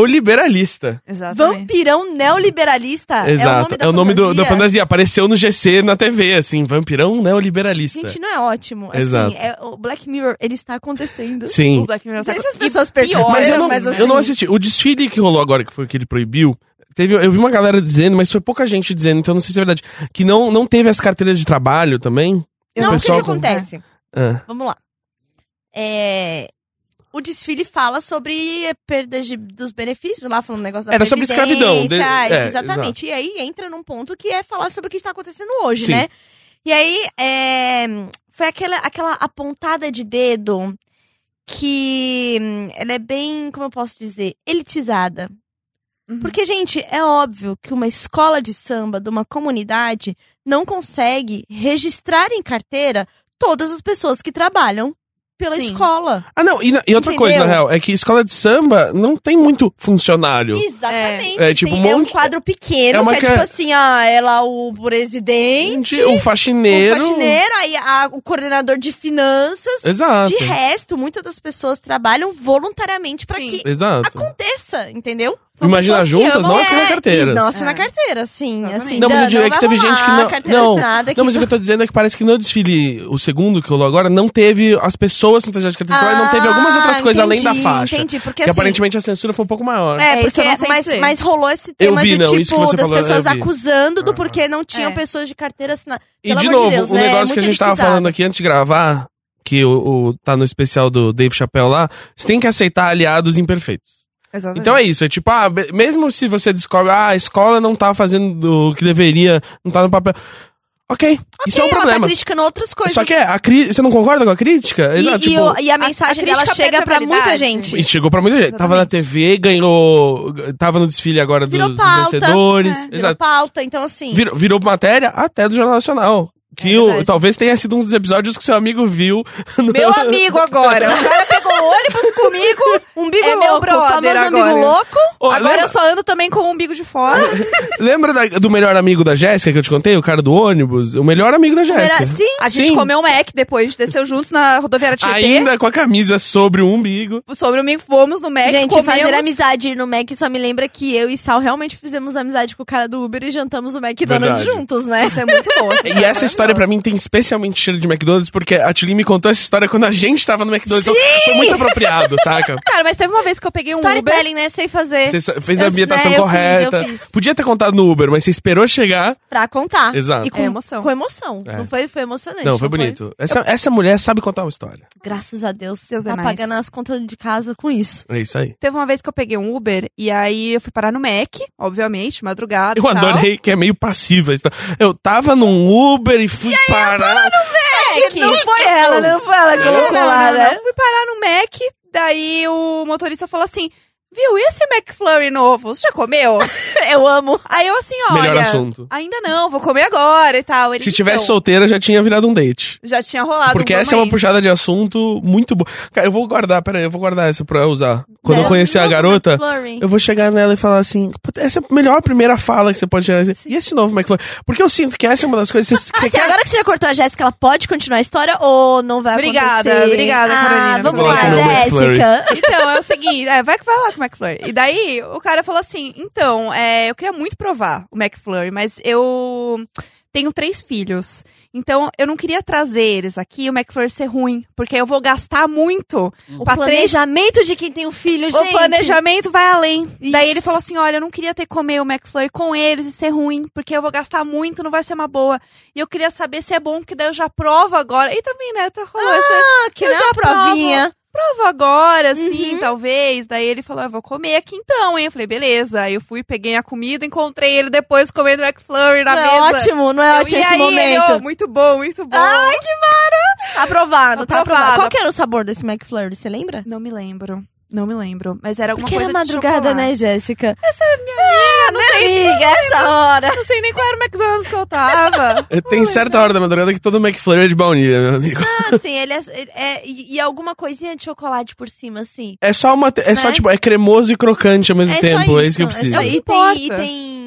S1: Neoliberalista.
S3: Exatamente.
S2: Vampirão neoliberalista.
S1: Exato.
S2: É o nome da
S1: do- da fantasia. Apareceu no GC na TV, assim, Vampirão Neoliberalista.
S2: Gente, não é ótimo. Assim,
S1: Exato.
S2: é- o Black Mirror, ele está acontecendo.
S1: Sim.
S3: O Black Mirror
S2: Não
S3: tá
S2: sei se as
S3: com-
S2: pessoas
S3: pior,
S2: perceberam, assim,
S1: Mas eu não,
S3: mas
S1: eu não assisti. O desfile que rolou agora, que foi o que ele proibiu, teve, eu vi uma galera dizendo, mas foi pouca gente dizendo, então não sei se é verdade, que não, não teve as carteiras de trabalho também.
S3: Eu
S2: Não, o que, que
S1: pessoal com-
S2: acontece?
S1: Ah,
S2: Vamos lá. É, O desfile fala sobre perdas de- dos benefícios, lá falando um negócio da
S1: Era sobre
S2: previdência,
S1: escravidão, de- é,
S2: exatamente. E aí entra num ponto que é falar sobre o que está acontecendo hoje,
S1: Sim.
S2: né? E aí é, foi aquela, aquela apontada de dedo que hum, ela é bem, como eu posso dizer, elitizada.
S3: Uhum.
S2: Porque, gente, é óbvio que uma escola de samba de uma comunidade não consegue registrar em carteira todas as pessoas que trabalham pela
S3: Sim.
S2: escola.
S1: Ah, não, e, na- e outra
S2: Entendeu?
S1: coisa, na real, é que escola de samba não tem muito funcionário.
S2: Exatamente.
S1: É, é tipo
S2: Tem-
S1: um
S2: é um
S1: monte-
S2: quadro pequeno,
S1: é uma
S2: que é
S1: ca-
S2: tipo assim, ah, é lá o presidente,
S1: o
S2: o
S1: faxineiro.
S2: faxineiro, aí a- o coordenador de finanças.
S1: Exato.
S2: De resto, muitas das pessoas trabalham voluntariamente para
S3: Sim.
S2: que
S1: Exato.
S2: aconteça, entendeu?
S3: São
S1: Imagina
S3: pessoas que
S1: juntas,
S3: amam-
S1: não assina
S2: É,
S1: carteiras.
S2: e Não assina
S3: É.
S2: carteira, sim.
S3: Exatamente.
S2: Assim,
S1: Não, mas eu
S2: Dan,
S1: diria que
S2: vai
S1: teve
S2: rolar
S1: gente que não-
S2: carteira
S1: não,
S2: assinada,
S1: Não, mas o
S2: que-
S1: que eu tô dizendo é que parece que no desfile, o segundo que rolou agora, não teve as pessoas com trajeto de carteira, não teve algumas outras
S2: Ah,
S1: coisas além da
S2: entendi,
S1: faixa.
S2: Entendi, porque
S1: Que
S2: assim.
S1: aparentemente a censura foi um pouco maior.
S2: É,
S3: É, isso
S2: porque,
S3: eu não sei
S2: mas,
S3: dizer.
S2: mas rolou esse tema
S1: vi,
S2: do
S1: não, isso que
S2: tipo
S1: você
S2: das
S1: falando,
S2: pessoas
S1: eu vi.
S2: acusando do
S1: Aham.
S2: porquê não tinham
S3: É.
S2: pessoas de carteira assinada.
S1: E
S2: Pelo
S1: de
S2: amor
S1: novo,
S2: de Deus,
S1: o
S2: né? É
S1: negócio que a
S2: muito
S1: gente tava
S2: elitizado.
S1: falando aqui antes de gravar, que o, o- tá no especial do Dave Chappelle lá, você tem que aceitar aliados imperfeitos.
S3: Exatamente.
S1: Então é isso, é tipo, ah, be- mesmo se você descobre, ah, a escola não tá fazendo o que deveria, não tá no papel. Ok, isso é um
S2: Ela tá
S1: problema.
S2: criticando outras coisas.
S1: Só que é, a cri... você não concorda com a crítica?
S2: E,
S1: Exato,
S2: e
S1: tipo,
S2: o- e a mensagem dela
S3: crítica
S2: chega
S3: perde a
S2: pra muita
S3: validade.
S2: gente.
S1: E chegou pra muita gente. Tava na
S3: Exatamente.
S1: TV, ganhou. Tava no desfile agora dos,
S2: Virou
S1: dos
S2: pauta,
S1: vencedores.
S3: né?
S2: Virou
S1: Exato.
S2: pauta, então assim.
S1: Virou, virou matéria até do Jornal Nacional. Que
S3: É
S1: o-
S3: verdade.
S1: talvez tenha sido um dos episódios que seu amigo viu. no-
S3: Meu amigo agora. O cara pegou o ônibus comigo.
S2: Umbigo
S3: É meu
S2: louco, o
S3: brother
S2: famoso
S3: agora.
S2: umbigo louco.
S1: Ô,
S3: agora
S1: lembra,
S3: eu só ando também com o umbigo de fora.
S1: lembra da- do melhor amigo da Jéssica que eu te contei? O cara do ônibus? O melhor amigo da Jéssica.
S2: Sim,
S3: A gente
S1: Sim.
S3: comeu um Mac depois, a gente desceu juntos na rodoviária Tietê.
S1: Ainda com a camisa sobre o umbigo.
S3: Sobre o mim, fomos no Mac,
S2: Gente,
S3: comemos.
S2: fazer amizade no Mac só me lembra que eu e Sal realmente fizemos amizade com o cara do Uber e jantamos o McDonald's
S1: Verdade.
S2: juntos, né?
S3: Isso é muito bom. assim,
S1: E essa
S3: maravilhoso.
S1: história pra mim tem especialmente cheiro de McDonald's, porque a Tilly me contou essa história quando a gente tava no McDonald's. Então foi muito apropriado, saca?
S3: Cara, mas teve uma vez que eu peguei um Uber.
S2: Storytelling, né? Sei fazer
S1: Você sa- fez a
S2: Eu-
S1: ambientação
S2: né, eu fiz,
S1: correta.
S2: eu fiz.
S1: Podia ter contado no Uber, mas você esperou chegar.
S2: pra contar.
S1: Exato.
S2: E com
S3: É emoção.
S2: Com emoção.
S1: É.
S2: Não foi, foi emocionante.
S1: Não, foi bonito. Essa, essa mulher sabe contar uma história.
S2: Graças a Deus.
S3: Deus
S2: tá
S3: é mais.
S2: pagando as contas de casa com isso.
S1: É isso aí.
S3: Teve uma vez que eu peguei um Uber e aí eu fui parar no Mac, obviamente, madrugada.
S1: Eu
S3: e tal.
S1: adorei que é meio passiva. a história. Eu tava num Uber e fui parar.
S3: Mac!
S2: Não foi ela, né? Não foi ela que
S3: Não,
S2: colocou
S3: não,
S2: lá,
S3: não,
S2: né?
S3: não. Fui parar no Mac, daí o motorista falou assim: Viu, e esse McFlurry novo? Você já comeu?
S2: Eu amo.
S3: aí eu assim, olha.
S1: Melhor assunto.
S3: Ainda não, vou comer agora e tal. Ele,
S1: Se tivesse
S3: "Então,
S1: solteira, já tinha virado um date.
S3: Já tinha rolado.
S1: Porque
S3: um
S1: essa é
S3: vamos
S1: uma puxada de assunto muito boa. Cara, eu vou guardar, peraí, eu vou guardar essa pra usar. Quando eu
S2: Né?
S1: conhecer a
S2: Novo
S1: garota,
S2: McFlurry.
S1: eu vou chegar nela e falar assim: "Puta, essa é a melhor primeira fala que você pode chegar. assim, E esse novo McFlurry? Porque eu sinto que essa é uma das coisas que você
S2: Ah,
S1: você
S2: assim,
S1: quer.
S2: agora que você já cortou a Jéssica, ela pode continuar a história ou não vai
S3: Obrigada,
S2: acontecer?
S3: obrigada,
S2: ah,
S3: Carolina.
S2: Vamos
S1: Coloca
S2: lá,
S1: no McFlurry.
S2: Jéssica.
S3: Então, é o seguinte, é, vai, vai lá com o McFlurry. E daí, o cara falou assim, então, é, eu queria muito provar o McFlurry, mas eu tenho três filhos. Então, eu não queria trazer eles aqui e o McFlurry ser ruim, porque eu vou gastar muito
S2: Hum. O
S3: pra três...
S2: planejamento de quem tem um filho,
S3: O
S2: gente.
S3: planejamento vai além. Daí
S2: Isso.
S3: ele falou assim: olha, eu não queria ter que comer o McFlurry com eles e ser ruim, porque eu vou gastar muito, não vai ser uma boa. E eu queria saber se é bom, porque daí eu já provo agora. E também, né, tá rolando essa
S2: Ah, que
S3: Eu
S2: não é
S3: já
S2: uma provinha.
S3: provo agora, assim,
S2: Uhum.
S3: talvez. Daí ele falou, "Ah, eu vou comer aqui então, hein? Eu falei, beleza. Aí eu fui, peguei a comida, encontrei ele depois comendo McFlurry na
S2: Não é
S3: mesa.
S2: ótimo, não é
S3: Eu,
S2: ótimo
S3: e
S2: esse
S3: aí, Ah! ele, "Ô,
S2: momento.
S3: muito bom, muito bom.
S2: Aprovado, tá
S3: Aprovado.
S2: aprovado. Qual que era o sabor desse McFlurry, você lembra?
S3: Não me lembro, não me lembro. Mas era alguma
S2: Porque
S3: coisa
S2: era
S3: de
S2: madrugada,
S3: chocolate.
S2: né, Jéssica?
S3: Ah, não, sei,
S2: Amiga, essa hora.
S3: não sei nem qual era o McDonald's que eu tava.
S1: É, Tem certa hora da madrugada que todo McFlurry é de baunilha, meu amigo.
S2: Assim, ele é, ele é- e, e alguma coisinha de chocolate por cima, assim.
S1: É só uma. te- É só,
S2: Né?
S1: tipo, é cremoso e crocante ao mesmo
S2: é
S1: tempo.
S2: só
S1: é isso que eu
S2: é
S1: preciso.
S2: só-
S3: É o que
S2: e, tem, e
S3: importa.
S2: tem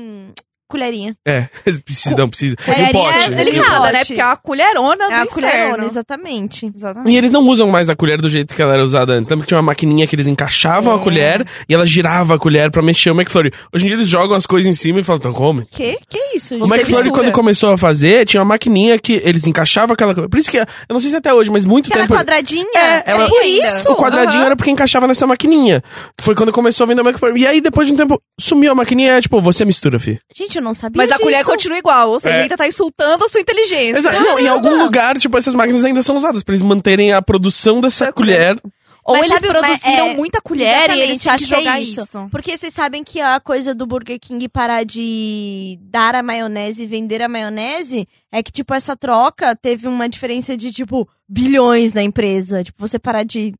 S2: colherinha.
S1: É, precisa, não precisa.
S2: Colherinha
S1: Um pote.
S3: é
S2: ele não-
S1: um pote.
S3: delicada, né?
S2: pote.
S3: Porque é uma colherona do
S2: É a
S3: inferno.
S2: colherona, exatamente.
S1: E
S3: Exatamente.
S1: eles não usam mais a colher do jeito que ela era usada antes. Lembra que tinha uma maquininha que eles encaixavam
S2: É.
S1: a colher e ela girava a colher pra mexer o McFlurry. Hoje em dia eles jogam as coisas em cima e falam, então come.
S2: Que? Que isso?
S1: O McFlurry,
S2: mistura.
S1: quando começou a fazer, tinha uma maquininha que eles encaixavam aquela coisa. Por isso que, eu não sei se até hoje, mas muito
S2: Que era
S1: tempo.
S2: quadradinha?
S1: É, ela-
S2: por
S3: ainda.
S2: isso?
S1: O quadradinho
S3: Aham.
S1: era porque encaixava nessa maquininha. Que foi quando começou a vender o McFlurry. E aí, depois de um tempo, sumiu a maquininha. É tipo, você mistura, fi.
S2: Gente, eu não sabia
S3: Mas a
S2: disso.
S3: colher é continua igual, ou seja,
S1: É.
S3: ainda tá insultando a sua inteligência.
S1: Exato. Não, em algum lugar, tipo, essas máquinas ainda são usadas pra eles manterem a produção dessa colher.
S3: Ou
S2: Mas
S3: eles
S2: sabe, mas
S3: produziram
S2: é-
S3: muita colher e eles
S2: Exatamente,
S3: tinham
S2: acho
S3: que
S2: que é
S3: jogar
S2: isso.
S3: isso.
S2: Porque vocês sabem que a coisa do Burger King parar de dar a maionese e vender a maionese é que, tipo, essa troca teve uma diferença de, tipo, bilhões na empresa. Tipo, você parar de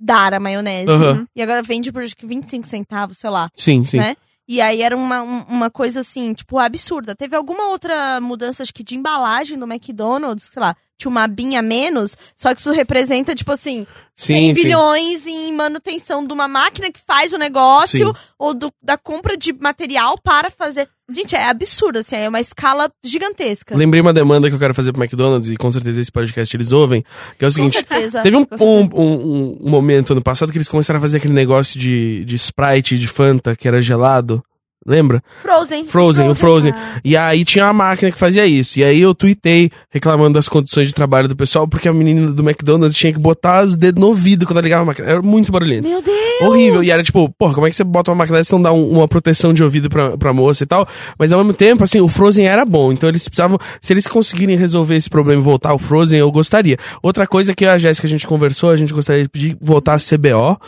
S2: dar a maionese.
S1: Aham.
S2: E agora vende por acho que 25 centavos, sei lá.
S1: Sim, sim.
S2: Né? E aí era uma, um- uma coisa assim, tipo, absurda. Teve alguma outra mudança, acho que de embalagem do McDonald's, sei lá, tinha uma abinha a menos, só que isso representa, tipo assim,
S1: Sim,
S2: 100
S1: sim.
S2: bilhões em manutenção de uma máquina que faz o negócio ou do- da compra de material para fazer. Gente, é absurdo, assim, é uma escala gigantesca.
S1: Lembrei uma demanda que eu quero fazer pro McDonald's e com certeza esse podcast eles ouvem, que é o
S2: Com
S1: seguinte.
S2: certeza.
S1: Teve um,
S3: Com
S1: um,
S3: certeza.
S1: um- um momento ano passado que eles começaram a fazer aquele negócio de, de Sprite, de Fanta, que era gelado. Lembra?
S2: Frozen.
S1: um Frozen, o Frozen. E aí tinha uma máquina que fazia isso. E aí eu tuitei reclamando das condições de trabalho do pessoal, porque a menina do McDonald's tinha que botar os dedos no ouvido quando ela ligava a máquina. Era muito barulhento.
S2: Meu Deus!
S1: Horrível. E era tipo, porra, como é que você bota uma máquina dessa e não dá um- uma proteção de ouvido pra, pra moça e tal? Mas ao mesmo tempo, assim, o Frozen era bom. Então eles precisavam. Se eles conseguirem resolver esse problema e voltar ao Frozen, eu gostaria. Outra coisa que eu e a Jéssica a gente conversou, a gente gostaria de pedir voltar a CBO.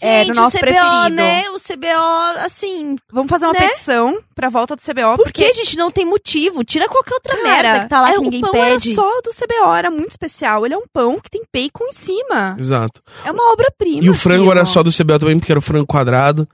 S3: É,
S2: Gente,
S3: do nosso
S2: o CBO,
S3: preferido.
S2: né? O CBO, assim,
S3: Vamos fazer uma
S2: Né?
S3: petição pra volta do CBO.
S2: Por que, gente? Não tem motivo. Tira qualquer outra merda que tá lá
S3: é,
S2: que ninguém
S3: o pão
S2: pede.
S3: era só do CBO, era muito especial. Ele é um pão que tem bacon em cima.
S1: Exato.
S3: É uma obra-prima.
S1: E o frango era
S3: filho.
S1: só do CBO também, porque era o frango quadrado.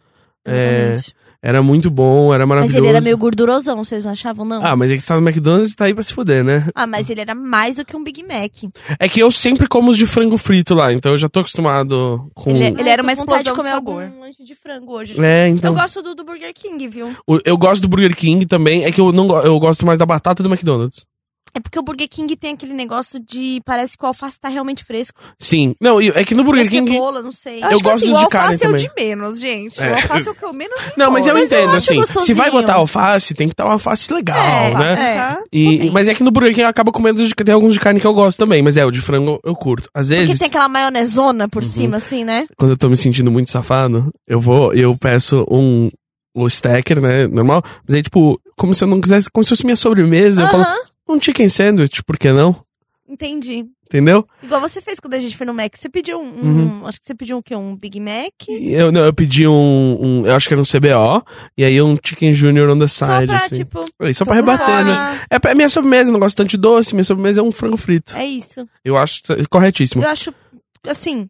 S1: É,
S2: Exatamente.
S1: era muito bom, era
S2: mas
S1: maravilhoso.
S2: ele era meio gordurosão, vocês não achavam, não?
S1: Ah, mas é que você tá no McDonald's e tá aí pra se fuder, né?
S2: Ah, mas ele era mais do que um Big Mac.
S1: É que eu sempre como os de frango frito lá, então eu já tô acostumado com.
S3: Ele é-
S2: Ai,
S3: era
S2: tô
S3: uma
S2: com vontade
S3: explosão
S2: de comer
S3: de sabor.
S2: algum lanche de frango hoje.
S1: É, então.
S2: Eu gosto do, do Burger King, viu?
S1: O- Eu gosto do Burger King também, é que eu não go- eu gosto mais da batata do McDonald's.
S2: É porque o Burger King tem aquele negócio de. Parece que o alface tá realmente fresco.
S1: Sim. Não, e é que no Burger
S2: E a
S1: King.
S2: cebola, não sei.
S1: Eu gosto
S3: assim,
S1: dos
S3: o
S1: de carne
S3: alface é o
S1: também.
S3: de menos, gente.
S1: É.
S3: O alface é o que eu menos me
S1: Não, mas eu
S2: Mas eu acho
S1: entendo, assim. Se vai
S2: gostosinho.
S1: botar alface, tem que estar um alface legal,
S2: É,
S1: né?
S2: alface. É.
S3: tá?
S1: E, mas é que no Burger King eu acabo comendo, de- tem alguns de carne que eu gosto também, mas é, o de frango eu curto. Às
S2: Porque
S1: vezes,
S2: tem aquela maionesona
S1: Uhum.
S2: por cima, assim, né?
S1: quando eu tô me sentindo muito safado, eu vou, eu peço um, um stacker, né, normal, mas aí, tipo, como se eu não quisesse, como se fosse minha sobremesa, eu falo,
S2: Aham,
S1: um chicken sandwich, por que não?
S2: entendi.
S1: Entendeu?
S2: Igual você fez quando a gente foi no Mac. Você pediu um. um-
S1: Uhum.
S2: Acho que você pediu o quê? Um Big Mac?
S1: E Eu, não, eu pedi um, um- eu acho que era um CBO, e aí um chicken junior on the side,
S2: Só pra,
S1: assim.
S2: tipo.
S1: Aí, só
S3: tô
S1: pra
S3: com
S1: rebater,
S3: fome.
S1: né?
S2: ah,
S1: É pra minha sobremesa, eu não gosto tanto de doce, minha sobremesa é um frango frito.
S2: É isso.
S1: Eu acho t- corretíssimo.
S2: Eu acho. Assim.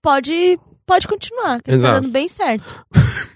S2: Pode. Pode continuar, que tá
S1: Exato.
S2: dando bem certo.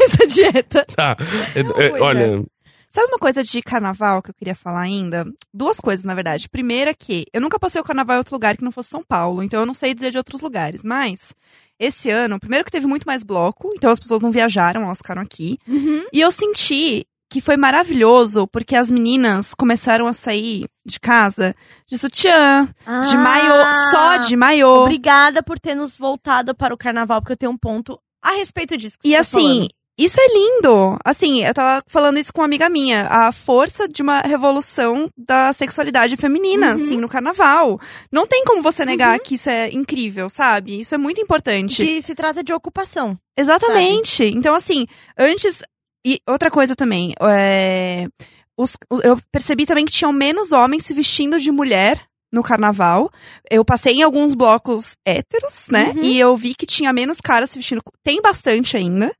S2: Essa dieta.
S1: Tá.
S3: Eu
S1: É,
S3: vou,
S1: olha,
S3: Sabe uma coisa de carnaval que eu queria falar ainda? Duas coisas, na verdade. Primeira que eu nunca passei o carnaval em outro lugar que não fosse São Paulo, então eu não sei dizer de outros lugares, mas esse ano, primeiro que teve muito mais bloco, então as pessoas não viajaram, elas ficaram aqui.
S2: Uhum.
S3: E eu senti que foi maravilhoso porque as meninas começaram a sair de casa de sutiã, de maiô,
S2: Ah.
S3: só de maiô.
S2: Obrigada por ter nos voltado para o carnaval, porque eu tenho um ponto a respeito disso. que
S3: E
S2: você tá
S3: assim,
S2: falando.
S3: isso é lindo. Assim, eu tava falando isso com uma amiga minha. A força de uma revolução da sexualidade feminina,
S2: Uhum.
S3: assim, no carnaval. Não tem como você negar que isso é incrível, sabe? Isso é muito importante.
S2: que se trata de ocupação.
S3: Exatamente. Então, assim, antes. E outra coisa também. é, os- o- eu percebi também que tinham menos homens se vestindo de mulher no carnaval. Eu passei em alguns blocos héteros, né?
S2: Uhum.
S3: E eu vi que tinha menos caras se vestindo. Tem bastante ainda.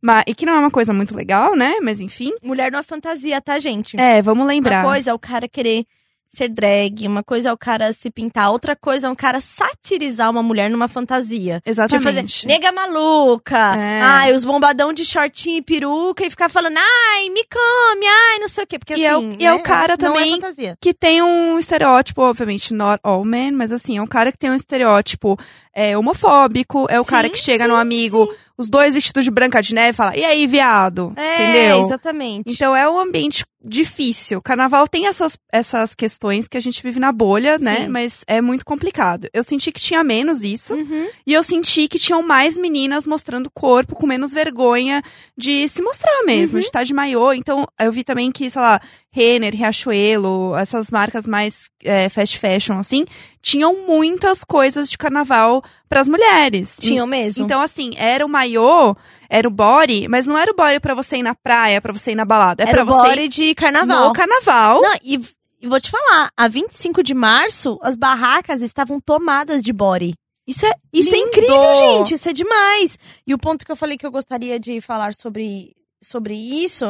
S3: Mas, e que não é uma coisa muito legal, né? Mas enfim.
S2: Mulher não é fantasia, tá, gente?
S3: É, vamos
S2: Uma
S3: lembrar.
S2: coisa é o cara querer ser drag, uma coisa é o cara se pintar, outra coisa é um cara satirizar uma mulher numa fantasia. Tipo, fazer
S3: Exatamente.
S2: nega maluca,
S3: É.
S2: ai, os bombadão de shortinho e peruca e ficar falando, ai, me come, ai, não sei o quê. Porque
S3: E é o-
S2: assim.
S3: e é o
S2: né,
S3: cara
S2: não
S3: também
S2: É fantasia.
S3: que tem um estereótipo, obviamente, not all men, mas assim, é um cara que tem um estereótipo é, homofóbico, é o
S2: Sim,
S3: cara que chega
S2: sim,
S3: no amigo, os dois vestidos de branca de neve e fala, e aí, viado?
S2: É,
S3: Entendeu?
S2: exatamente.
S3: Então é um ambiente difícil. Carnaval tem essas, essas questões que a gente vive na bolha, né?
S2: Sim.
S3: Mas é muito complicado. Eu senti que tinha menos isso.
S2: Uhum.
S3: E eu senti que tinham mais meninas mostrando o corpo, com menos vergonha de se mostrar mesmo,
S2: Uhum.
S3: de estar de maiô. Então, eu vi também que, sei lá, Renner, Riachuelo, essas marcas mais é, fast fashion, assim, tinham muitas coisas de carnaval pras mulheres.
S2: Tinham mesmo.
S3: Então, assim, era o maiô, era o body, mas não era o body pra você ir na praia, pra você ir na balada. É
S2: Era
S3: pra
S2: o
S3: você ir
S2: body de carnaval.
S3: no carnaval.
S2: Não, e, e vou te falar, a 25 de março, as barracas estavam tomadas de body.
S3: Isso é,
S2: Isso é
S3: lindo.
S2: incrível, gente, isso é demais. E o ponto que eu falei que eu gostaria de falar sobre, sobre isso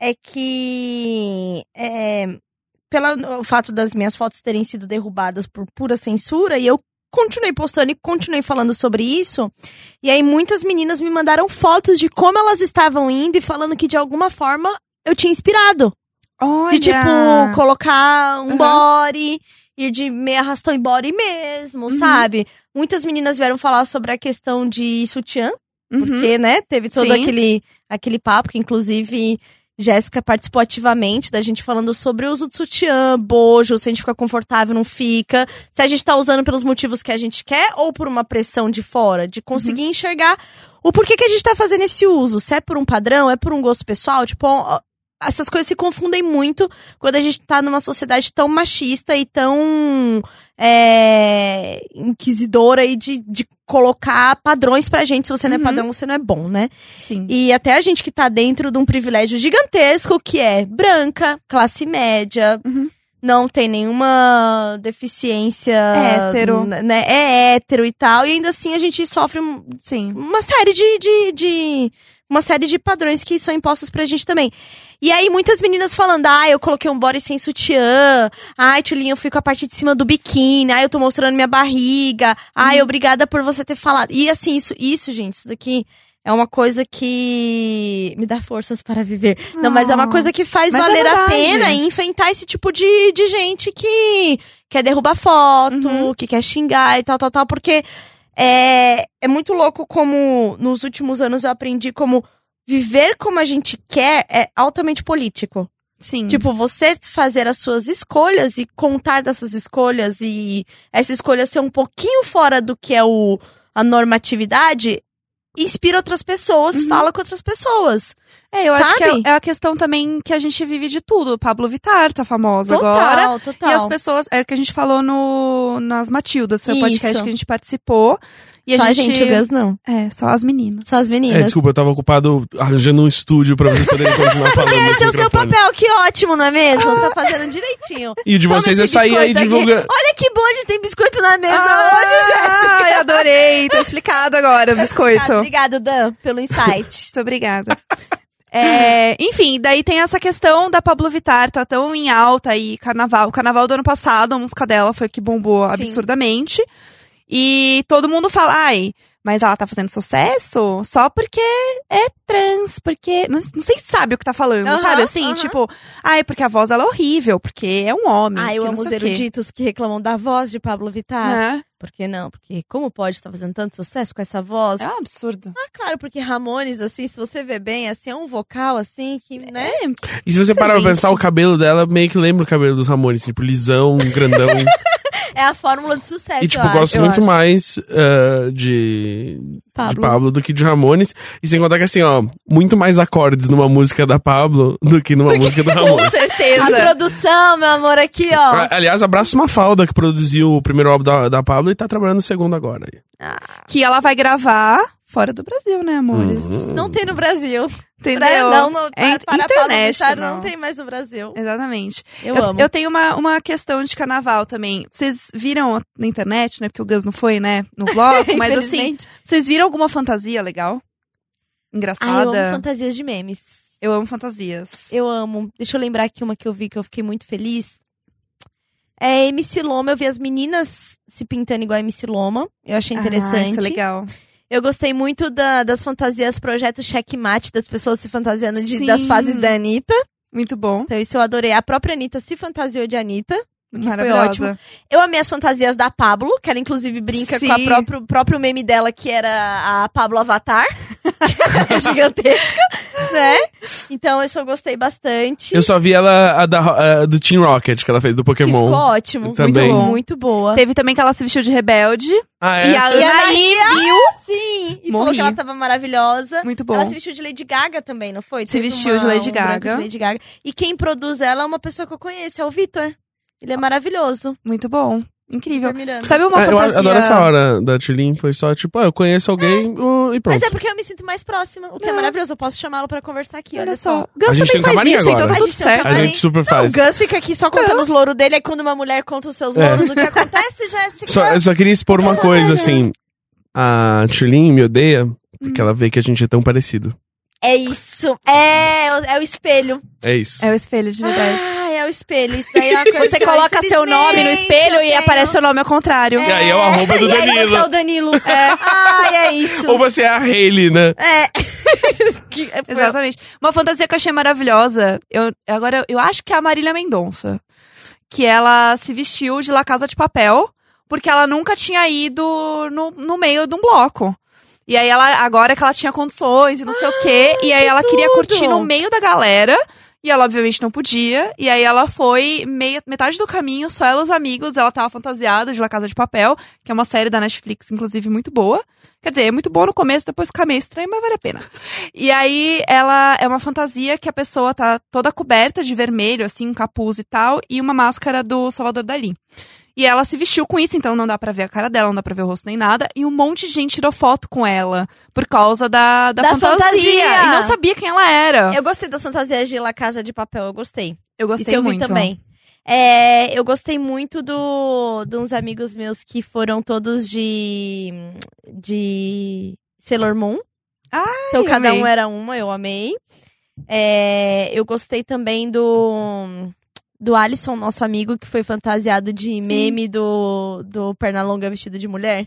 S2: é que. é, pelo o fato das minhas fotos terem sido derrubadas por pura censura, e eu continuei postando e continuei falando sobre isso. E aí muitas meninas me mandaram fotos de como elas estavam indo e falando que de alguma forma eu tinha inspirado.
S3: Olha.
S2: De, tipo, colocar um
S3: Aham.
S2: body, ir de meio arrastão em body mesmo,
S3: Uhum.
S2: sabe? Muitas meninas vieram falar sobre a questão de sutiã,
S3: Uhum.
S2: porque, né, teve todo
S3: Sim.
S2: aquele, aquele papo que, inclusive, Jéssica participou ativamente da gente falando sobre o uso de sutiã, bojo, se a gente fica confortável, não fica. Se a gente tá usando pelos motivos que a gente quer ou por uma pressão de fora, de conseguir
S3: Uhum.
S2: enxergar o porquê que a gente tá fazendo esse uso. Se é por um padrão, é por um gosto pessoal, tipo... ó, Essas coisas se confundem muito quando a gente tá numa sociedade tão machista e tão é, inquisidora aí de, de colocar padrões pra gente. Se você não é
S3: Uhum.
S2: padrão, você não é bom, né?
S3: Sim.
S2: E até a gente que tá dentro de um privilégio gigantesco que é branca, classe média.
S3: Uhum.
S2: Não tem nenhuma deficiência.
S3: Hétero.
S2: n- Né? É hétero e tal. E ainda assim a gente sofre um-
S3: Sim.
S2: uma série de, de, de- Uma série de padrões que são impostos pra gente também. E aí, muitas meninas falando, ah, eu coloquei um body sem sutiã. Ai, Tulinha, eu fico a parte de cima do biquíni. Ai, eu tô mostrando minha barriga. Ai, obrigada por você ter falado. E assim, isso, isso, gente, isso daqui. É uma coisa que me dá forças para viver. Não, mas é uma
S3: Ah.
S2: coisa que faz
S3: Mas é
S2: valer a
S3: verdade.
S2: pena e enfrentar esse tipo de, de gente que quer derrubar foto,
S3: Uhum.
S2: que quer xingar e tal, tal, tal. Porque é, é muito louco como nos últimos anos eu aprendi como viver como a gente quer é altamente político.
S3: Ah, Sim.
S2: Tipo, você fazer as suas escolhas e contar dessas escolhas e essa escolha ser um pouquinho fora do que é o, a normatividade, inspira outras pessoas,
S3: Uhum.
S2: fala com outras pessoas.
S3: é, eu acho que
S2: sabe?
S3: é, é a questão também que a gente vive de tudo. Pablo Vittar tá famosa
S2: Total,
S3: agora.
S2: total.
S3: E as pessoas, é o que a gente falou no, nas Matildas, foi o podcast
S2: Isso.
S3: que a gente participou. E
S2: Só
S3: a gente.
S2: o Gus não.
S3: É, só as meninas.
S2: Só as meninas.
S1: É, desculpa, eu tava ocupado arranjando um estúdio pra vocês poderem continuar falando. nesse
S2: Esse é o seu
S1: microfone.
S2: papel, que ótimo, não é mesmo? Tá fazendo direitinho.
S1: E o de
S2: Toma
S1: vocês é
S2: esse
S1: sair aí
S2: biscoito aqui.
S1: divulgando.
S2: Olha que bom, a gente tem biscoito na mesa hoje.
S3: Ai, Ah, adorei! Tá explicado agora o
S2: Tá,
S3: biscoito.
S2: obrigado, Dan, pelo insight.
S3: Muito obrigada. É, enfim, daí tem essa questão da Pablo Vittar, tá tão em alta aí, carnaval. O carnaval do ano passado, a música dela foi que bombou
S2: Sim.
S3: absurdamente. E todo mundo fala, ai, mas ela tá fazendo sucesso só porque é trans, porque. Não, não sei se sabe o que tá falando,
S2: Aham,
S3: sabe? Assim,
S2: aham.
S3: tipo, ai, porque a voz dela é horrível, porque é um homem.
S2: Ah, eu
S3: que
S2: amo
S3: não
S2: os
S3: sei o quê."
S2: eruditos que reclamam da voz de Pablo Vittar.
S3: Né?
S2: Por que não? Porque como pode estar fazendo tanto sucesso com essa voz?
S3: É um absurdo.
S2: Ah, claro, porque Ramones, assim, se você vê bem, assim, é um vocal, assim, que, né?
S3: É,
S1: E se você parar pra
S3: Excelente.
S1: pensar, o cabelo dela meio que lembra o cabelo dos Ramones. Tipo, lisão, grandão.
S2: É a fórmula de sucesso,
S1: e, tipo,
S2: eu acho.
S1: gosto
S3: eu
S1: muito
S3: acho.
S1: mais ah, de, de
S2: Pablo.
S1: Pablo do que de Ramones. E sem contar que, assim, ó, muito mais acordes numa música da Pablo do que numa música do
S3: com
S1: Ramones.
S2: A
S3: certeza.
S2: produção, meu amor, aqui, ó.
S1: A- Aliás, abraço uma falda que produziu o primeiro álbum da, da Pablo e tá trabalhando o segundo agora.
S3: que ela vai gravar fora do Brasil, né, amores?
S1: Uhum.
S2: Não tem no Brasil.
S3: Entendeu?
S2: Pra- não, não,
S3: É
S2: para, para Pablo Vittar
S3: international.
S2: não tem mais no Brasil.
S3: Exatamente.
S2: Eu, amo.
S3: Eu tenho uma, uma questão de carnaval também. Vocês viram na internet, né? Porque o Gus não foi, né? No bloco, mas assim,
S2: Infelizmente.
S3: vocês viram alguma fantasia legal?
S2: Ai, eu
S3: Engraçada?
S2: amo fantasias de memes.
S3: Eu amo fantasias.
S2: Eu amo. Deixa eu lembrar aqui uma que eu vi que eu fiquei muito feliz. É MC Loma, eu vi as meninas se pintando igual a MC Loma. Eu achei
S3: Ah,
S2: interessante.
S3: isso é legal.
S2: Eu gostei muito da- das fantasias projeto checkmate, das pessoas se fantasiando de-
S3: Sim.
S2: das fases da Anitta.
S3: Muito bom.
S2: Então isso eu adorei. A própria Anitta se fantasiou de Anitta.
S3: Maravilhosa.
S2: Eu amei as fantasias da Pablo, que ela inclusive brinca
S3: Sim.
S2: com o próprio, próprio meme dela, que era a Pablo Avatar. que é gigantesca, né? Então isso eu gostei bastante.
S1: Eu só vi ela a da, Ro- a do Team Rocket que ela fez do
S2: que ficou
S1: Pokémon.
S2: ótimo.
S1: Também.
S2: Muito, bom, muito boa.
S3: Teve também que ela se vestiu de rebelde.
S1: Ah, é?
S3: E a
S2: E a
S3: Anaí viu.
S2: Sim! E falou
S3: Morri.
S2: que ela tava maravilhosa.
S3: Muito bom.
S2: Ela se vestiu de Lady Gaga também, não foi?
S3: Se
S2: Teve
S3: vestiu
S2: uma-
S3: de Lady
S2: um branco
S3: Gaga.
S2: de Lady Gaga. E quem produz ela é uma pessoa que eu conheço, é o Vitor. Ele é maravilhoso.
S3: Muito bom. Incrível.
S2: Vitor Miranda.
S3: Sabe uma
S1: Ah, eu a-
S3: fantasia?
S1: adoro essa hora da Tilin, foi só tipo, ah, eu conheço alguém uh, e pronto.
S2: Mas é porque eu me sinto mais próxima, o que é, maravilhoso. Eu posso chamá-lo pra conversar aqui, olha,
S3: Olha só.
S1: A
S3: Gus
S1: gente tem um
S3: também faz
S1: camarim
S3: isso, então
S1: agora.
S3: tá
S2: A
S3: tudo
S2: gente tem um
S3: certo.
S1: a
S2: também-
S1: gente super
S2: Não, o
S1: faz. É.
S2: Gus fica aqui só contando os louros dele, aí quando uma mulher conta os seus louros, o que acontece já é assim.
S1: Só, eu só queria expor uma coisa, assim. A Tilin me odeia porque ela vê que a gente é tão parecido.
S2: É isso, é, é o espelho.
S1: É isso.
S3: É o espelho de verdade.
S2: Ah, é o espelho, isso daí é uma coisa
S3: Você
S2: que eu,
S3: coloca seu nome no
S2: infelizmente,
S3: espelho
S2: eu
S3: e
S2: tenho.
S3: aparece seu nome ao contrário.
S1: E aí é o arroba do
S2: E aí você é
S1: Danilo.
S2: o Danilo. É. Ai, é isso.
S1: Ou você é a Hailey, né?
S2: É. Que- é, foi-
S3: Exatamente. Uma fantasia que eu achei maravilhosa. Eu, agora, eu acho que é a Marília Mendonça. Que ela se vestiu de La Casa de Papel, porque ela nunca tinha ido no, no meio de um bloco. E aí ela, agora que ela tinha condições e não sei o quê, e aí
S2: que
S3: ela queria
S2: tudo!
S3: curtir no meio da galera. E ela, obviamente, não podia. E aí ela foi meia, metade do caminho, só ela e os amigos. Ela tava fantasiada de La Casa de Papel, que é uma série da Netflix, inclusive, muito boa. Quer dizer, é muito boa no começo, depois fica meio estranho, mas vale a pena. E aí ela é uma fantasia que a pessoa tá toda coberta de vermelho, assim, capuz e tal, e uma máscara do Salvador Dali. E ela se vestiu com isso, então não dá pra ver a cara dela, não dá pra ver o rosto nem nada. E um monte de gente tirou foto com ela por causa da, da,
S2: Da
S3: fantasia.
S2: fantasia!
S3: E não sabia quem ela era. Eu,
S2: Eu gostei das fantasias de La Casa de Papel, eu gostei.
S3: gostei
S2: Isso eu
S3: muito.
S2: vi também. É, eu gostei muito do, de uns amigos meus que foram todos de. de. Sailor Moon.
S3: Ai,
S2: então cada
S3: amei.
S2: um era uma, eu amei. É, eu gostei também do. do Alisson, nosso amigo, que foi fantasiado de meme do, do Pernalonga vestido de mulher.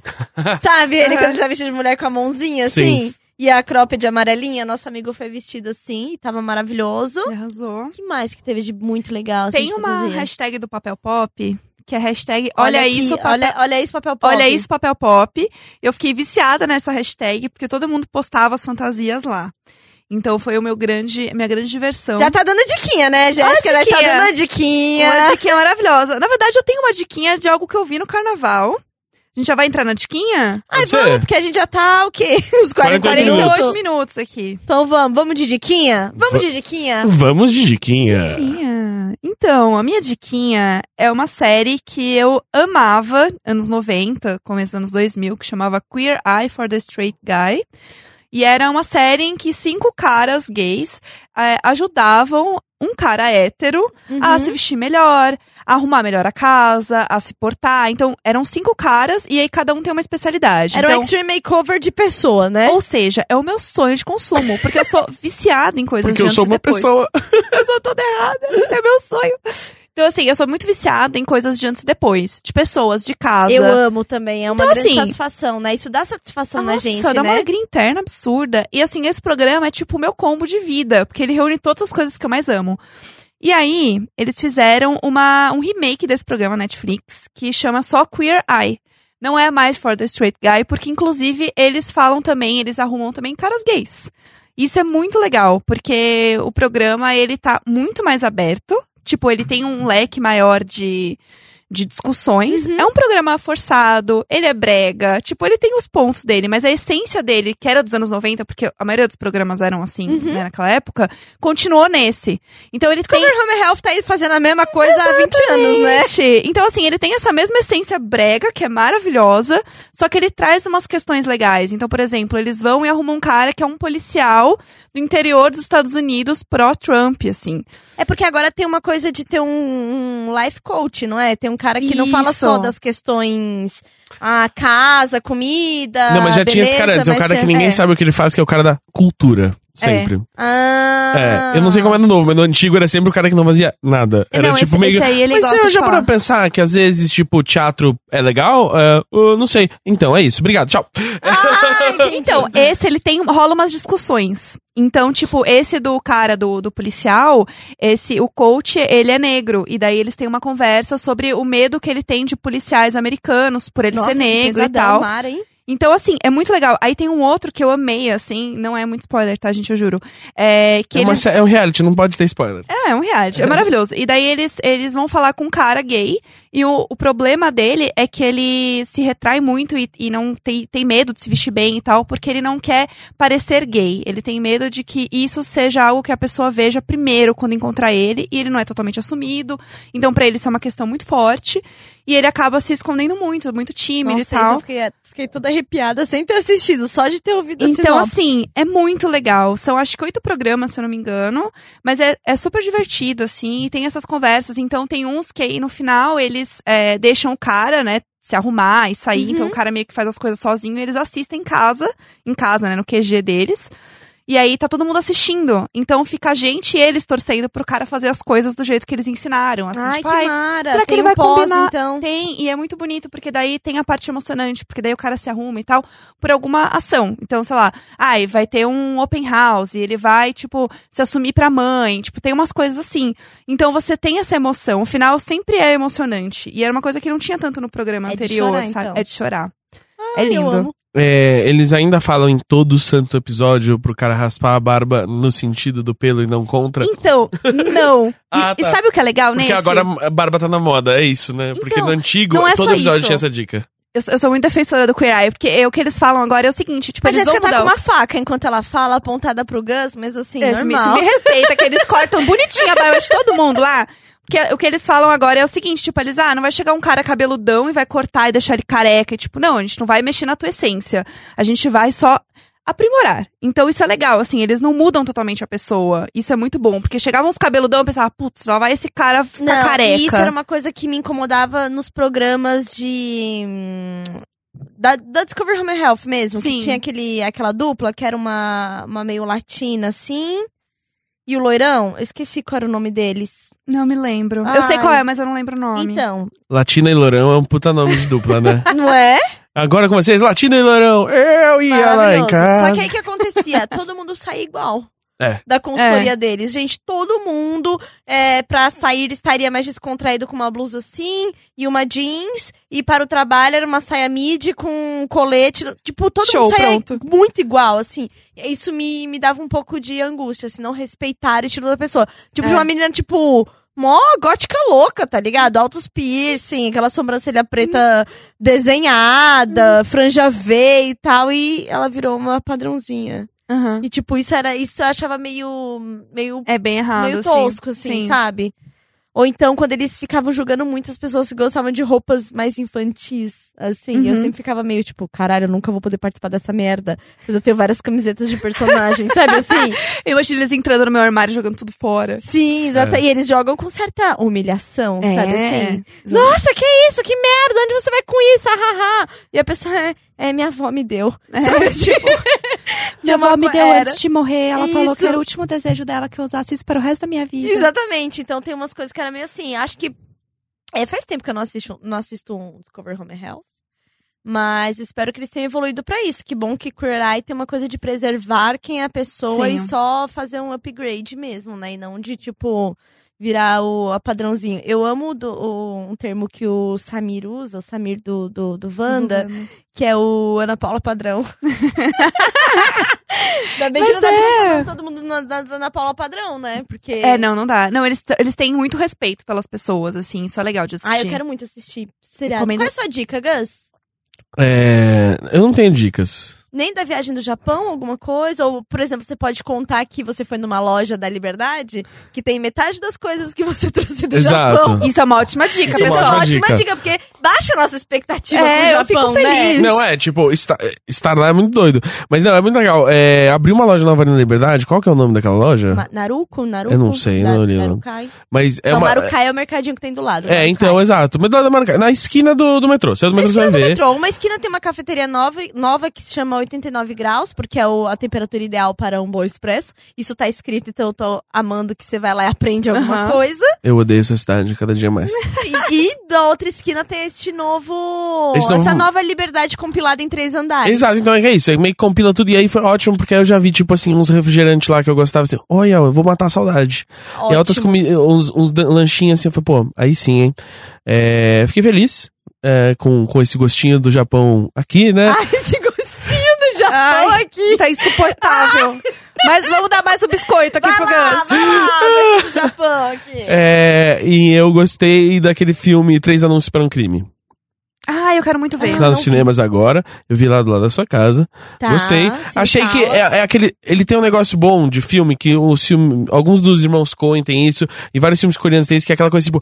S2: Sabe? Ele quando tá vestido de mulher com a mãozinha, assim. E a cropped amarelinha, nosso amigo foi vestido assim, e tava maravilhoso.
S3: Arrasou.
S2: O que mais que teve de muito legal? assim,
S3: Tem
S2: de
S3: uma
S2: fantasia?
S3: hashtag do papel pop, que é hashtag Olha,
S2: aqui,
S3: isso, papel
S2: olha, olha isso, papel pop.
S3: Olha isso, papel pop. Eu fiquei viciada nessa hashtag, porque todo mundo postava as fantasias lá. Então foi o meu grande, minha grande diversão.
S2: Já tá dando diquinha, né, Jéssica? Já tá
S3: diquinha.
S2: dando uma diquinha.
S3: Uma diquinha maravilhosa. Na verdade, eu tenho uma diquinha de algo que eu vi no carnaval. A gente já vai entrar na diquinha?
S2: Ai,
S1: Pode ser?
S2: vamos, porque a gente já tá o quê? Uns 40,
S1: 48
S2: minutos.
S3: 48 minutos aqui.
S2: Então vamos, vamos de diquinha? Vamos
S1: Va-
S2: de
S3: Ah.
S2: diquinha?
S1: Vamos de diquinha.
S3: Diquinha. Então, a minha diquinha é uma série que eu amava, anos 90, começo dos anos 2000, que chamava Queer Eye for the Straight Guy. E era uma série em que cinco caras gays eh, ajudavam um cara hétero
S2: Uhum.
S3: a se vestir melhor, a arrumar melhor a casa, a se portar. Então, eram cinco caras e aí cada um tem uma especialidade.
S2: Era um
S3: então,
S2: extreme makeover de pessoa, né?
S3: ou seja, é o meu sonho de consumo, porque eu sou viciada em coisas
S1: Porque
S3: de
S1: eu
S3: antes
S1: sou
S3: e
S1: uma
S3: depois.
S1: pessoa.
S3: Eu sou toda errada, é meu sonho. Então, assim, eu sou muito viciada em coisas de antes e depois, de pessoas, de casa.
S2: Eu amo também, é uma
S3: Então,
S2: grande
S3: assim-
S2: satisfação, né? Isso dá satisfação na gente,
S3: dá uma
S2: né?
S3: alegria interna absurda. E assim, esse programa é tipo o meu combo de vida, porque ele reúne todas as coisas que eu mais amo. E aí, eles fizeram uma, um remake desse programa Netflix, que chama só Queer Eye. Não é mais For the Straight Guy, porque inclusive eles falam também, eles arrumam também caras gays. Isso é muito legal, porque o programa, ele tá muito mais aberto. Tipo, ele tem um leque maior de, de discussões.
S2: Uhum.
S3: É um programa forçado, ele é brega. Tipo, ele tem os pontos dele, mas a essência dele, que era dos anos 90, porque a maioria dos programas eram assim,
S2: Uhum.
S3: né, naquela época, continuou nesse. Então ele tem...
S2: Cover Home Health tá aí fazendo a mesma coisa há 20 anos, né?
S3: Exatamente. Então, assim, ele tem essa mesma essência brega, que é maravilhosa, só que ele traz umas questões legais. Então, por exemplo, eles vão e arrumam um cara que é um policial do interior dos Estados Unidos pró-Trump, assim.
S2: É porque agora tem uma coisa de ter um, um life coach, não é? Tem um cara que não fala
S3: Isso.
S2: só das questões ah, casa, comida.
S3: Ah,
S1: Não, mas já tinha esse
S2: beleza,
S1: cara antes. É o
S2: mas
S1: cara que
S2: tinha-
S1: ninguém
S3: é.
S1: sabe o que ele faz, que é o cara da cultura. Sempre.
S2: Ah.
S1: É. Eu não sei como é no novo, mas no antigo era sempre o cara que não fazia nada. Era
S3: Não,
S1: tipo
S3: esse,
S1: meio.
S3: esse aí ele
S1: Mas
S3: gosta
S1: você
S3: de
S1: já
S3: falar.
S1: parou pra pensar que às vezes, tipo, teatro é legal? É, eu não sei. Então, é isso. Obrigado, tchau.
S2: Ah,
S3: Então, esse ele tem. rola umas discussões. Então, tipo, esse do cara do, do policial, esse, o coach, ele é negro. E daí eles têm uma conversa sobre o medo que ele tem de policiais americanos, por ele
S2: Nossa,
S3: ser
S2: que
S3: negro
S2: pesadão,
S3: e
S2: né?
S3: tal.
S2: Mara, hein?
S3: Então, assim, é muito legal. Aí tem um outro que eu amei, assim, não é muito spoiler, tá, gente? Eu juro. É que
S1: é, uma
S3: eles...
S1: sé- é um reality, não pode ter spoiler.
S3: É, é um reality, é maravilhoso. E daí eles, eles vão falar com um cara gay, e o, o problema dele é que ele se retrai muito e, e não tem, tem medo de se vestir bem e tal, porque ele não quer parecer gay. Ele tem medo de que isso seja algo que a pessoa veja primeiro quando encontrar ele, e ele não é totalmente assumido. Então, pra ele isso é uma questão muito forte. E ele acaba se escondendo muito, muito tímido
S2: Nossa,
S3: e
S2: isso
S3: tal.
S2: eu fiquei, fiquei toda arrepiada sem ter assistido, só de ter ouvido a
S3: Então,
S2: sinopse.
S3: assim, é muito legal. São acho que oito programas, se eu não me engano. Mas é, é super divertido, assim, e tem essas conversas. Então, tem uns que aí no final eles é, deixam o cara, né? Se arrumar e sair.
S2: Uhum.
S3: Então, o cara meio que faz as coisas sozinho. E eles assistem em casa, em casa, né? No QG deles. E aí tá todo mundo assistindo. Então, fica a gente e eles torcendo pro cara fazer as coisas do jeito que eles ensinaram. Assim,
S2: Ai,
S3: tipo,
S2: que
S3: "Ai,
S2: mara.
S3: será que
S2: Tem
S3: ele
S2: um
S3: vai
S2: pós,
S3: combinar?"
S2: então?
S3: tem, e é muito bonito, porque daí tem a parte emocionante, porque daí o cara se arruma e tal, por alguma ação. Então, sei lá, ai, vai ter um open house, e ele vai, tipo, se assumir pra mãe, tipo, tem umas coisas assim. Então você tem essa emoção. O final sempre é emocionante. E era uma coisa que não tinha tanto no programa
S2: É de
S3: anterior,
S2: chorar,
S3: sabe?
S2: então. Ah,
S3: É de chorar. é
S2: eu
S3: lindo.
S2: amo.
S1: É, eles ainda falam em todo santo episódio pro cara raspar a barba no sentido do pelo e não contra.
S3: Então, não. E-
S1: Ah,
S3: e,
S1: tá.
S3: sabe o que é legal, né?
S1: Porque agora a barba tá na moda, é isso, né? Porque
S3: Então,
S1: no antigo,
S3: não é
S1: todo
S3: só
S1: episódio
S3: isso.
S1: tinha essa dica.
S3: Eu, sou- eu sou muito defensora do Queer Eye, porque é, o que eles falam agora é o seguinte, tipo,
S2: A
S3: eles
S2: Jéssica
S3: vão
S2: tá com
S3: mudar o-
S2: uma faca enquanto ela fala, apontada pro Gus, mas assim,
S3: É, se me, se
S2: normal.
S3: me respeita, que eles cortam bonitinho a barba de todo mundo lá. Porque o que eles falam agora é o seguinte, tipo, eles, ah, não vai chegar um cara cabeludão e vai cortar e deixar ele careca. E, tipo, não, a gente não vai mexer na tua essência. A gente vai só aprimorar. Então isso é legal, assim, eles não mudam totalmente a pessoa. Isso é muito bom, porque chegavam os cabeludão e eu pensava, putz, lá vai esse cara ficar
S1: tá
S2: Não,
S3: careca.
S2: e isso era uma coisa que me incomodava nos programas de. hum, Da, da Discover Home and Health mesmo.
S3: Sim.
S2: Que tinha aquele, aquela dupla que era uma, uma meio latina, assim. E o loirão, eu esqueci qual era o nome deles.
S3: Não me lembro. Eu sei
S2: Ai.
S3: qual é, mas eu não lembro o nome.
S2: Então,
S1: Latina e Lourão é um puta nome de dupla, né?
S2: não é?
S1: Agora com vocês, Latina e Lourão, eu e ela em
S2: Maravilhoso.
S1: casa.
S2: Só que aí o que acontecia? Todo mundo saía igual.
S1: É.
S2: da consultoria deles. Gente, todo mundo é, para sair estaria mais descontraído com uma blusa assim e uma jeans. E para o trabalho era uma saia midi com um colete. Tipo, todo
S3: Show,
S2: mundo saía
S3: pronto.
S2: muito igual, assim. Isso me, me dava um pouco de angústia, assim, não respeitar o estilo da pessoa. Tipo, de
S3: É.
S2: uma menina, tipo, mó gótica louca, tá ligado? Altos piercing, aquela sobrancelha preta desenhada,
S3: Hum.
S2: franja V e tal, e ela virou uma padrãozinha.
S3: Aham.
S2: E, tipo, isso era. Isso eu achava meio. meio,
S3: É bem errado,
S2: meio
S3: assim.
S2: tosco, assim,
S3: Sim.
S2: sabe? Ou então, quando eles ficavam julgando muito as pessoas que gostavam de roupas mais infantis, assim, eu
S3: Uhum.
S2: sempre ficava meio tipo, caralho, eu nunca vou poder participar dessa merda. Mas eu tenho várias camisetas de personagens, sabe assim?
S3: Eu imagino eles entrando no meu armário e jogando tudo fora.
S2: Sim, exato.
S1: É.
S2: E eles jogam com certa humilhação,
S3: É.
S2: sabe assim?
S3: Não,
S2: Nossa, que isso? Que merda! Onde você vai com isso? Ah, ah, ah. E a pessoa, é, é, minha avó me deu.
S3: É, tipo, minha
S2: Tinha uma
S3: avó me
S2: co-
S3: deu
S2: era.
S3: antes de morrer. Ela falou que
S2: Isso.
S3: era o último desejo dela que eu usasse isso para o resto da minha vida.
S2: Exatamente. Então tem umas coisas que era meio assim. Acho que. É, faz tempo que eu não assisto, não assisto um Discover Home and Health. Mas espero que eles tenham evoluído pra isso. Que bom que Queer Eye tem uma coisa de preservar quem é a pessoa
S3: Sim.
S2: e só fazer um upgrade mesmo, né? E não de, tipo, virar o a padrãozinho. Eu amo do- o- um termo que o Samir usa, o Samir do, do, do Wanda, que é o Ana Paula Padrão. Ainda bem que não
S3: Mas
S2: dá pra
S3: é.
S2: falar todo mundo na, na, na Ana Paula Padrão, né? Porque...
S3: É, não, não dá. Não, eles, t- eles têm muito respeito pelas pessoas, assim. Isso é legal de assistir.
S2: Ah, eu quero muito assistir seriado.
S3: Recomendo-
S2: Qual é a sua dica, Gus?
S1: É, eu não tenho dicas.
S2: Nem da viagem do Japão, alguma coisa? Ou, por exemplo, você pode contar que você foi numa loja da Liberdade que tem metade das coisas que você trouxe do
S1: Exato.
S2: Japão.
S3: Isso é uma ótima dica,
S2: Isso é
S1: Isso
S3: pessoal.
S1: ótima
S2: uma ótima dica.
S1: dica.
S2: porque baixa a nossa expectativa
S3: É, eu
S2: pro Japão,
S3: fico feliz.
S2: né?
S1: Não, é, tipo, esta- estar lá é muito doido. Mas não, é muito legal. É, abrir uma loja nova ali na Liberdade, qual que é o nome daquela loja?
S2: Ma- Naruko, Naruko.
S1: Eu não sei,
S2: Na-
S1: não li o nome.
S2: Narukai.
S1: Mas é
S2: não,
S1: uma.
S2: Marukai é o mercadinho que tem do lado.
S1: É,
S2: Marukai.
S1: então, exato. Mas lá da Maracá- Na esquina do, do metrô. Você é do
S2: Na
S1: metrô, você vai
S2: esquina do
S1: ver.
S2: metrô, uma esquina tem uma cafeteria nova, nova que se chama 89 graus, porque é o- a temperatura ideal para um bom expresso. Isso tá escrito, então eu tô amando que você vai lá e aprende alguma
S3: Aham.
S2: coisa.
S1: Eu odeio essa cidade cada dia mais.
S2: E, e da outra esquina tem este novo.
S1: Esse novo-
S2: Essa nova liberdade compilada em três andares.
S1: Exato, então é isso. Eu meio que compila tudo e aí foi ótimo, porque aí eu já vi, tipo assim, uns refrigerantes lá que eu gostava assim, olha, eu vou matar a saudade. E aí outras
S2: Ótimo.
S1: comi uns, uns dan- lanchinhos assim, eu falei, pô, aí sim, hein? É, fiquei feliz é, com, com esse gostinho do Japão aqui, né?
S2: Ai, esse gostinho do Japão
S3: Ai,
S2: aqui.
S3: Tá insuportável. Mas vamos dar mais um biscoito aqui
S2: Vai
S3: pro
S2: lá,
S3: Gus.
S2: vai lá, gostinho do Japão aqui.
S1: É, e eu gostei daquele filme Três Anúncios para um Crime.
S3: Ah, eu quero muito
S1: Que
S3: ver.
S1: tá
S2: não
S1: nos
S2: vi.
S1: cinemas agora. Eu vi lá do lado da sua casa.
S2: Tá,
S1: Gostei.
S2: sim,
S1: Achei
S2: fala.
S1: que é, é aquele. Ele tem um negócio bom de filme, que o filme, alguns dos irmãos Coen tem isso, e vários filmes coreanos tem isso, que é aquela coisa tipo.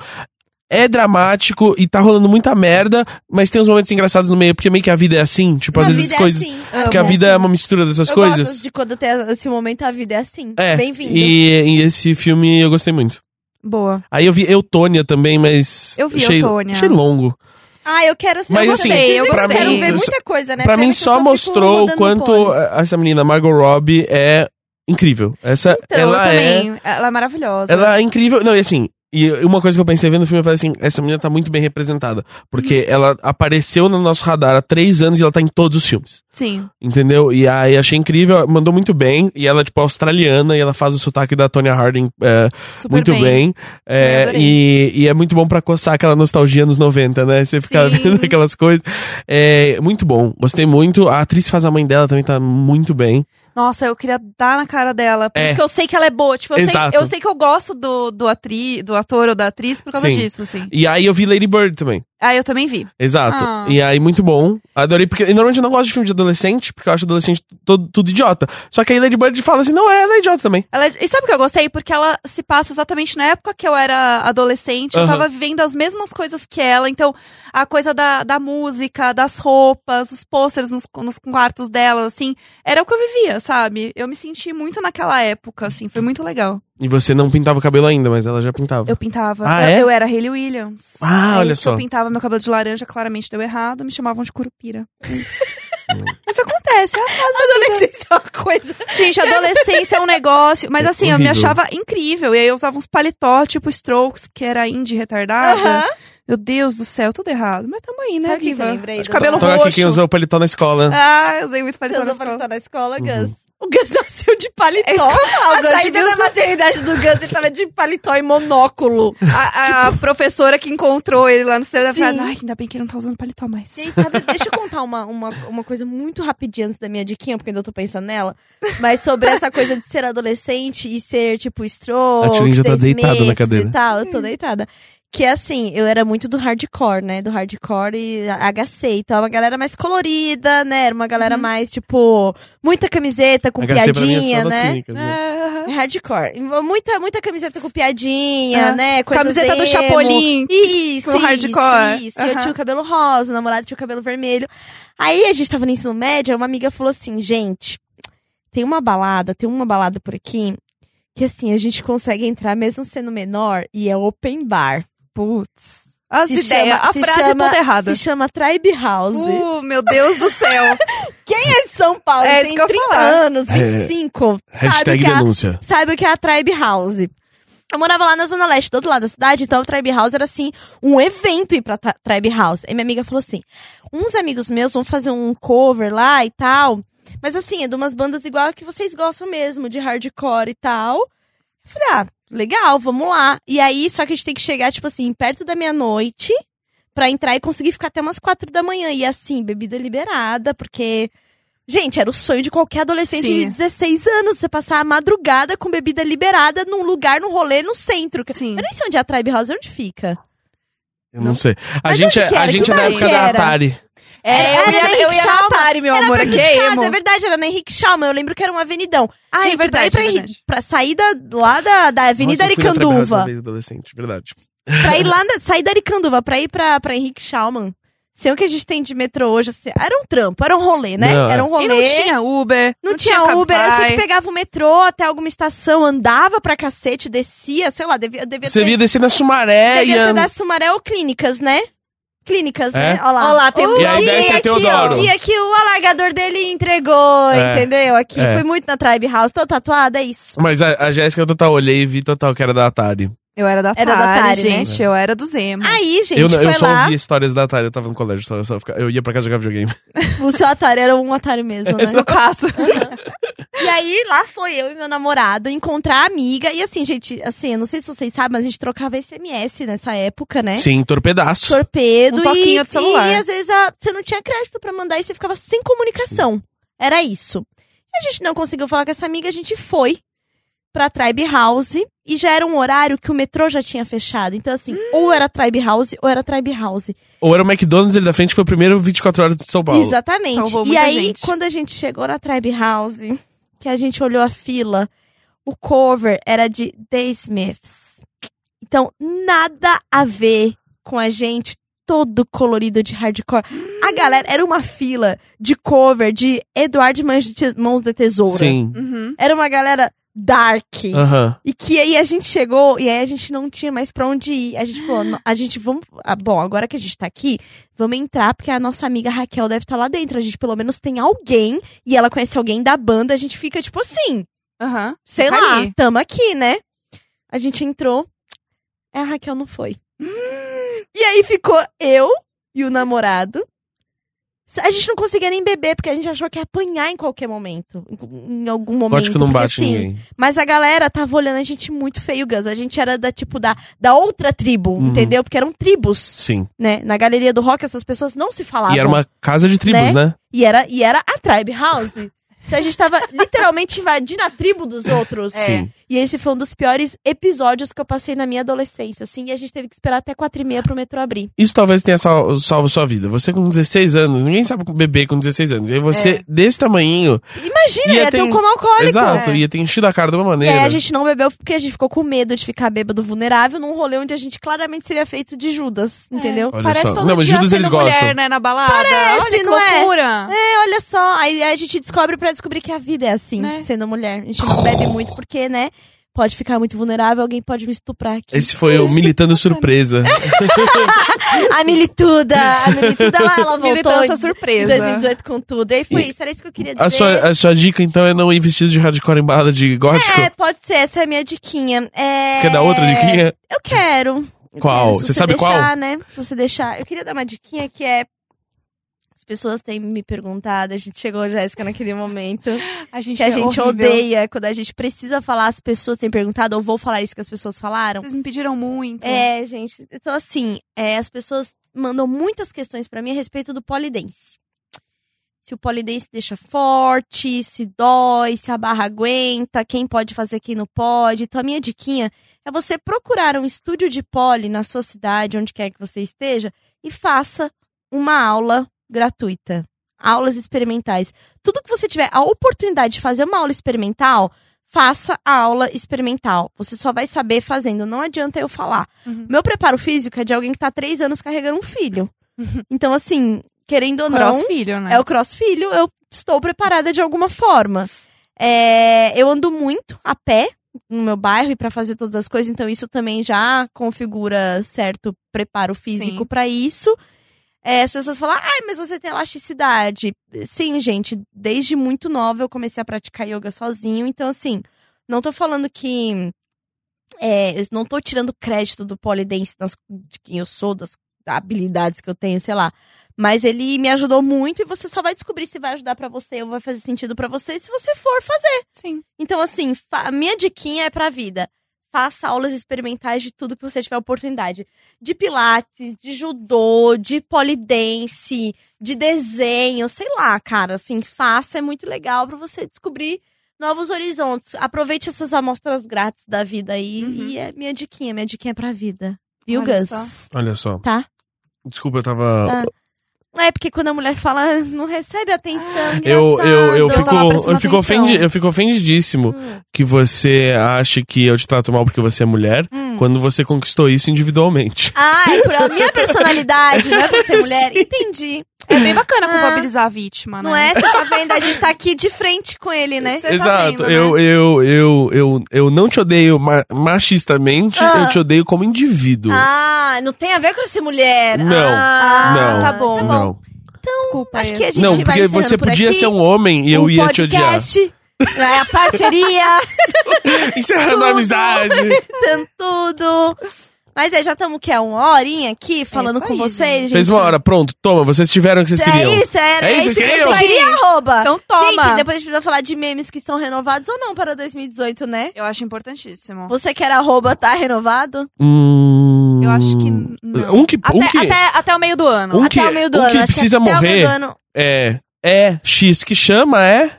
S1: É dramático e tá rolando muita merda, mas tem uns momentos engraçados no meio, porque meio que a vida é assim, tipo, às
S2: A
S1: vezes
S2: vida é
S1: coisas.
S2: assim.
S1: Porque a
S2: Amo.
S1: vida é uma mistura dessas
S2: eu
S1: coisas.
S2: gosto de quando tem esse momento, a vida é assim.
S1: É,
S2: Bem-vindo.
S1: E, e esse filme eu gostei muito.
S3: Boa.
S1: Aí eu vi Eutônia também, mas.
S3: Eu vi
S1: achei,
S3: Eutônia.
S1: Achei longo.
S2: Ah, eu quero ser
S1: Mas,
S2: eu
S1: assim,
S2: gostei, eu
S3: pra
S2: quero
S3: mim-
S2: ver muita coisa, né?
S1: pra mim
S2: Pena que eu
S1: só
S2: fico
S1: mostrou o
S2: rodando
S1: quanto
S2: pole.
S1: a- essa menina, Margot Robbie, é incrível. Essa,
S3: Então, eu
S1: ela é.
S3: também. Ela é maravilhosa.
S1: Ela é incrível. Não, e assim. E uma coisa que eu pensei vendo o filme, eu falei assim, essa menina tá muito bem representada.
S3: Uhum.
S1: Porque ela apareceu no nosso radar há três anos e ela tá em todos os filmes.
S3: Sim.
S1: Entendeu? E aí achei incrível, mandou muito bem. E ela, tipo, é australiana e ela faz o sotaque da Tonya Harding é,
S3: Super
S1: muito bem. É,
S3: Eu adorei.
S1: e, e é muito bom pra coçar aquela nostalgia nos 90, né? Você ficar
S3: Sim.
S1: vendo aquelas coisas. É, muito bom, gostei muito. A atriz que faz a mãe dela também tá muito bem.
S3: Nossa, eu queria dar na cara dela. Por
S1: É.
S3: isso que eu sei que ela é boa. Tipo, eu, sei,
S1: Exato.
S3: eu sei que eu gosto do, do, atri, do ator ou da atriz por causa
S1: Sim.
S3: disso, assim.
S1: E aí eu vi Lady Bird também.
S3: Ah, eu também vi.
S1: Exato.
S3: Ah.
S1: E aí, muito bom. Adorei, porque e normalmente eu não gosto de filme de adolescente, porque eu acho adolescente todo, tudo idiota. Só que aí Lady Bird fala assim: não, é, ela é idiota também.
S3: Ela, e sabe o que eu gostei? Porque ela se passa exatamente na época que eu era adolescente. Eu
S1: Aham.
S3: tava vivendo as mesmas coisas que ela. Então, a coisa da, da música, das roupas, os pôsteres nos, nos quartos dela, assim. Era o que eu vivia, sabe? Eu me senti muito naquela época, assim. Foi muito legal.
S1: E você não pintava o cabelo ainda, mas ela já pintava.
S3: Eu pintava.
S1: Ah,
S3: eu,
S1: é?
S3: eu era Hayley Williams.
S1: Ah,
S3: É
S1: olha
S3: isso que
S1: só.
S3: Eu pintava meu cabelo de laranja, claramente deu errado. Me chamavam de curupira. Mas acontece, é a fase da vida.
S2: Adolescência é uma coisa.
S3: Gente, adolescência é um negócio. Mas assim, eu me
S1: Horrível.
S3: achava incrível. E aí eu usava uns paletó, tipo strokes, porque era indie retardada.
S2: Aham.
S3: Meu Deus do céu, tudo errado. Mas tamo aí, né,
S2: Sabe o que que
S3: viva?
S2: eu lembrei?
S3: Acho que cabelo
S1: Toca aqui
S3: roxo.
S2: É,
S1: quem usou o paletó na escola.
S3: Ah, eu usei muito
S2: Você
S3: paletó. na
S2: usou
S3: escola.
S2: paletó na escola,
S1: Uhum.
S2: Gus? O Gus nasceu de paletó.
S3: É isso que eu falo,
S2: a
S3: Gus
S2: saída
S3: viu
S2: da
S3: essa-
S2: maternidade do Gus, ele tava de paletó e monóculo.
S3: A, a professora que encontrou ele lá no centro, ela
S2: Tipo Sim.
S3: fala, ai, ainda bem que ele não tá usando paletó mais.
S2: Gente, sabe, deixa eu contar uma, uma, uma coisa muito rapidinho antes da minha diquinha, porque ainda tô pensando nela. Mas sobre essa coisa de ser adolescente e ser, tipo, stroke,
S1: A Tilin já tá
S2: Dez
S1: deitada na
S2: Meses
S1: cadeira.
S2: E tal,
S3: Hum.
S2: eu tô deitada. Que assim, eu era muito do hardcore, né? Do hardcore e HC. Então, uma galera mais colorida, né? Era uma
S3: Uhum.
S2: galera mais, tipo, muita camiseta, com
S1: HC pra mim é
S2: piadinha,
S1: só das
S2: né?
S1: clínicas, né?
S3: Ah,
S2: É Hardcore. Muita, muita camiseta com piadinha,
S3: É.
S2: né? Coisas
S3: Camiseta do
S2: emo.
S3: Chapolin.
S2: Isso, isso,
S3: Com hardcore.
S2: Isso, Eu
S3: Aham.
S2: tinha o cabelo rosa, o namorado tinha o cabelo vermelho. Aí a gente tava no ensino médio, uma amiga falou assim, gente, tem uma balada, tem uma balada por aqui, que assim, a gente consegue entrar mesmo sendo menor, e é open bar.
S3: Putz. As
S2: Se
S3: ideias,
S2: chama-
S3: a
S2: se
S3: frase é
S2: chama-
S3: toda errada.
S2: Se chama Tribe House.
S3: Uh, meu Deus do céu.
S2: Quem é de São Paulo?
S3: É
S2: tem
S3: isso que eu ia
S2: 30
S3: falar.
S2: anos,
S1: É.
S2: 25,
S1: Hashtag
S2: Ah, que é a-
S1: denúncia.
S2: sabe o que é a Tribe House. Eu morava lá na Zona Leste, do outro lado da cidade, então a Tribe House era assim, um evento ir pra ta- Tribe House. Aí minha amiga falou assim: uns amigos meus vão fazer um cover lá e tal. Mas assim, é de umas bandas igual a que vocês gostam mesmo, de hardcore e tal. Eu falei, ah, legal, vamos lá. E aí, só que a gente tem que chegar, tipo assim, perto da meia-noite pra entrar e conseguir ficar até umas quatro da manhã. E assim, bebida liberada, porque. Gente, era o sonho de qualquer adolescente
S3: Sim.
S2: de 16 anos, você passar a madrugada com bebida liberada num lugar, num rolê, no centro.
S3: Sim.
S2: Eu nem sei onde é a Tribe House, onde fica.
S1: Eu não sei. A
S2: Mas
S1: gente,
S2: onde
S1: é-
S2: que
S1: a
S2: era?
S1: gente
S2: Que
S1: é da
S2: bairro
S1: época
S2: que
S1: da
S2: era?
S1: Atari.
S3: É, eu
S2: Era
S3: ia,
S2: Henrique
S3: eu ia
S2: Schalman.
S3: na Atari, meu
S2: era
S3: amor.
S2: pra
S3: Que
S2: Henrique Schalman,
S3: emo.
S2: é verdade, era na Henrique Schalman. Eu lembro que era uma avenidão.
S3: Ah, é
S2: Gente, pra ir
S3: verdade,
S2: pra,
S3: é
S2: Henrique-
S3: verdade.
S2: pra sair da, lá da, da Avenida
S1: Nossa, eu fui na Tribe House uma
S2: Aricanduva.
S1: vez adolescente, verdade.
S2: Pra ir lá, na, sair da Aricanduva, pra ir pra, pra Henrique Schalman. Sei o que a gente tem de metrô hoje. assim, era um trampo, era um rolê, né?
S1: Não, é.
S2: era um rolê.
S3: E não tinha Uber.
S2: Não tinha Uber, eu sei que
S3: Cabify.
S2: pegava o metrô até alguma estação, andava pra cacete, descia, sei lá, devia, eu devia
S1: Você
S2: ter...
S1: via descer na Sumaré e...
S2: devia ser
S1: a-
S2: da Sumaré ou Clínicas, né? Clínicas, né?
S1: É?
S2: Olha lá.
S3: Ó lá, temos
S1: E a ideia é ser
S2: aqui, ó.
S1: Teodoro.
S2: Via que o alargador dele entregou,
S1: É.
S2: entendeu? Aqui,
S1: É.
S2: foi muito na Tribe House, tô tatuada, é isso.
S1: Mas a, a Jéssica total, olhei e vi total que era da Atari.
S3: Eu era da Atari, Ah,
S2: Era da Atari, né?
S3: gente. Eu era do Zemo.
S2: Aí, gente,
S1: Uhum. eu não- eu
S2: foi
S1: só
S2: lá,
S1: ouvia histórias da Atari, eu tava no colégio, só, eu, só ficava- eu ia pra casa jogar videogame.
S2: o seu Atari era um Atari mesmo, né?
S3: No caso.
S2: E aí, lá foi eu e meu namorado encontrar a amiga. E assim, gente, assim, eu não sei se vocês sabem, mas a gente trocava SMS nessa época, né?
S1: Sim, torpedaço.
S2: Torpedo.
S3: Um toquinho
S2: e,
S3: do celular.
S2: E às vezes a- você não tinha crédito pra mandar e você ficava sem comunicação. Era isso. E a gente não conseguiu falar com essa amiga, a gente foi pra Tribe House. E já era um horário que o metrô já tinha fechado. Então, assim, ou era Tribe House ou era Tribe House.
S1: Ou era o McDonald's ali da frente, foi o primeiro 24 horas de São Paulo.
S2: Exatamente.
S3: Salvou
S2: e
S3: muita
S2: aí,
S3: gente.
S2: quando a gente chegou na Tribe House, que a gente olhou a fila, o cover era de The Smiths. Então, nada a ver com a gente, todo colorido de hardcore. A galera era uma fila de cover de Eduardo Mãos de Te- Mãos da Tesoura.
S1: Sim.
S3: Uhum.
S2: Era uma galera dark.
S1: Aham.
S2: E que aí a gente chegou e aí a gente não tinha mais pra onde ir. A gente falou, "No- a gente vamos. ah, bom, agora que a gente tá aqui, vamos entrar, porque a nossa amiga Raquel deve estar lá dentro. A gente pelo menos tem alguém e ela conhece alguém da banda. A gente fica tipo assim,
S3: Aham.
S2: sei
S3: Fica
S2: lá,
S3: ali.
S2: tamo aqui, né? A gente entrou, é, a Raquel não foi.
S3: Hum.
S2: E aí ficou eu e o namorado. A gente não conseguia nem beber, porque a gente achou que ia apanhar em qualquer momento. Em em algum momento.
S1: Gótico não
S2: porque,
S1: bate
S2: assim,
S1: ninguém.
S2: mas a galera tava olhando a gente muito feio, Gus. A gente era da, tipo, da, da outra tribo,
S1: Uhum.
S2: entendeu? Porque eram tribos,
S1: Sim.
S2: né? Na galeria do rock, essas pessoas não se falavam.
S1: e era uma casa de tribos, né?
S2: e, era, e era a tribe house. Então a gente tava literalmente invadindo a tribo dos outros.
S3: É.
S1: Sim.
S2: E esse foi um dos piores episódios que eu passei na minha adolescência, assim. E a gente teve que esperar até quatro e meia pro metrô abrir.
S1: Isso talvez tenha sal- salvo sua vida. Você com 16 anos, ninguém sabe beber com 16 anos. E aí
S2: É.
S1: você, desse tamanho,
S2: Imagina,
S1: Ia
S2: ia,
S1: ter
S2: ter um
S1: um-
S2: coma alcoólico.
S1: exato,
S3: é.
S1: ia ter enchido a cara de uma
S2: E
S1: maneira.
S2: aí É, a gente não bebeu porque a gente ficou com medo de ficar bêbado vulnerável num rolê onde a gente claramente seria feito de Judas, entendeu?
S1: É. Olha
S3: Parece
S1: só.
S3: todo
S1: Não, mas
S3: dia
S1: Judas
S3: sendo
S1: eles
S3: mulher,
S1: gostam.
S3: né, na balada. Olha que
S2: não é?
S3: loucura.
S2: É, olha só. Aí a gente descobre pra descobrir que a vida é assim,
S3: Né?
S2: sendo mulher. A gente não bebe muito porque, né? Pode ficar muito vulnerável, alguém pode me estuprar aqui.
S1: Esse foi o
S3: Isso,
S1: Militando
S3: bacana.
S1: Surpresa.
S2: A milituda! A milituda, ela, ela voltou
S3: Militância
S2: em
S3: é surpresa.
S2: 2018 com tudo. E aí foi
S1: E-
S2: isso, era isso que eu queria dizer.
S1: a, sua, a sua dica, então, é não ir vestido de hardcore em balada de gótico?
S2: É, pode ser, essa é a minha diquinha. É...
S1: Quer dar outra diquinha?
S2: Eu quero. Eu
S1: Qual?
S2: quero, se
S1: Você sabe
S2: deixar,
S1: qual?
S2: né? Se você deixar. Eu queria dar uma diquinha que é As pessoas têm me perguntado, a gente chegou, Jéssica, naquele momento.
S3: A gente,
S2: Que a gente
S3: é horrível.
S2: odeia quando a gente precisa falar, as pessoas têm perguntado, ou vou falar isso que as pessoas falaram.
S3: Vocês me pediram muito.
S2: É, gente. Então, assim, é, as pessoas mandam muitas questões pra mim a respeito do polidense. Se o polidense deixa forte, se dói, se a barra aguenta, quem pode fazer, quem não pode. Então, a minha diquinha é você procurar um estúdio de poli na sua cidade, onde quer que você esteja, e faça uma aula gratuita. Aulas experimentais. Tudo que você tiver a oportunidade de fazer uma aula experimental, faça a aula experimental. Você só vai saber fazendo, não adianta eu falar.
S3: Uhum.
S2: Meu preparo físico é de alguém que tá há três anos carregando um filho. Então, assim, querendo ou não,
S3: Crossfilho, Uhum. né?
S2: é o crossfilho, eu estou preparada de alguma forma. É, eu ando muito a pé no meu bairro e pra fazer todas as coisas, então isso também já configura certo preparo físico
S3: Sim.
S2: pra isso. É, as pessoas falam, ai, mas você tem elasticidade. Sim, gente, desde muito nova eu comecei a praticar yoga sozinho, então assim, não tô falando que. é, eu não tô tirando crédito do polidense nas, de quem eu sou, das habilidades que eu tenho, sei lá. Mas ele me ajudou muito e você só vai descobrir se vai ajudar pra você ou vai fazer sentido pra você se você for fazer.
S3: Sim.
S2: Então, assim, fa- a minha diquinha é pra vida. Faça aulas experimentais de tudo que você tiver oportunidade. De pilates, de judô, de polidense, de desenho, sei lá, cara. Assim, faça, é muito legal pra você descobrir novos horizontes. Aproveite essas amostras grátis da vida aí.
S3: Uhum.
S2: E é minha diquinha, minha diquinha é pra vida. Viu,
S3: Olha
S2: Gus?
S3: só.
S1: Olha só.
S2: Tá.
S1: Desculpa, eu tava.
S2: Tá. É, porque quando a mulher fala, não recebe
S3: Ah.
S2: atenção,
S1: Eu, eu, eu,
S2: engraçado.
S1: fico,
S3: tava
S1: eu,
S3: prestando
S1: fico
S3: atenção.
S1: ofendi, eu fico tipo, ofendidíssimo
S2: Hum,
S1: que você ache que eu te trato mal porque você é mulher,
S2: hum.
S1: quando você conquistou isso individualmente.
S2: Ah, é por a minha personalidade, não é por ser mulher. Entendi.
S3: É bem bacana
S2: Ah.
S3: culpabilizar a
S1: Ah,
S3: vítima, né?
S2: Não é? Você tá vendo? A gente tá aqui de frente com ele, né?
S3: Você tá
S1: Exato.
S3: vendo, né?
S1: eu, eu, eu, eu, eu não te odeio ma- machistamente,
S2: Ah.
S1: eu te odeio como indivíduo.
S2: Ah, não tem a ver com ser mulher.
S1: Não,
S2: Ah,
S1: não,
S3: tá bom.
S2: Tá
S1: não.
S3: Desculpa.
S2: Acho
S3: é.
S2: que a gente
S1: Não,
S2: vai
S1: porque
S2: encerrando
S1: você
S2: por
S1: podia
S2: aqui.
S1: ser um homem e eu
S2: Um
S1: ia te odiar.
S2: podcast, É a parceria,
S1: Encerrando a amizade.
S2: tanto tudo. Mas é, já estamos que é uma horinha aqui falando
S3: É isso
S2: com
S3: aí,
S2: vocês, gente.
S1: Fez uma hora, pronto, toma, vocês tiveram o que vocês
S2: É
S1: queriam.
S2: isso, era
S1: É isso,
S2: isso que
S1: queriam?
S2: você queria, arroba.
S3: Então toma.
S2: Gente, depois a gente precisa falar de memes que estão renovados ou não para 2018, né?
S3: Eu acho importantíssimo.
S2: Você quer arroba tá renovado?
S1: Hum...
S3: Eu acho que n- não.
S1: Um que.
S3: Até,
S1: um que...
S3: até, até o meio do ano.
S1: Um-
S2: até
S1: que-
S2: o meio do
S1: um
S2: ano.
S1: que
S2: acho
S1: precisa
S2: que até o meio
S1: morrer.
S2: do ano.
S1: É. É, X que chama é.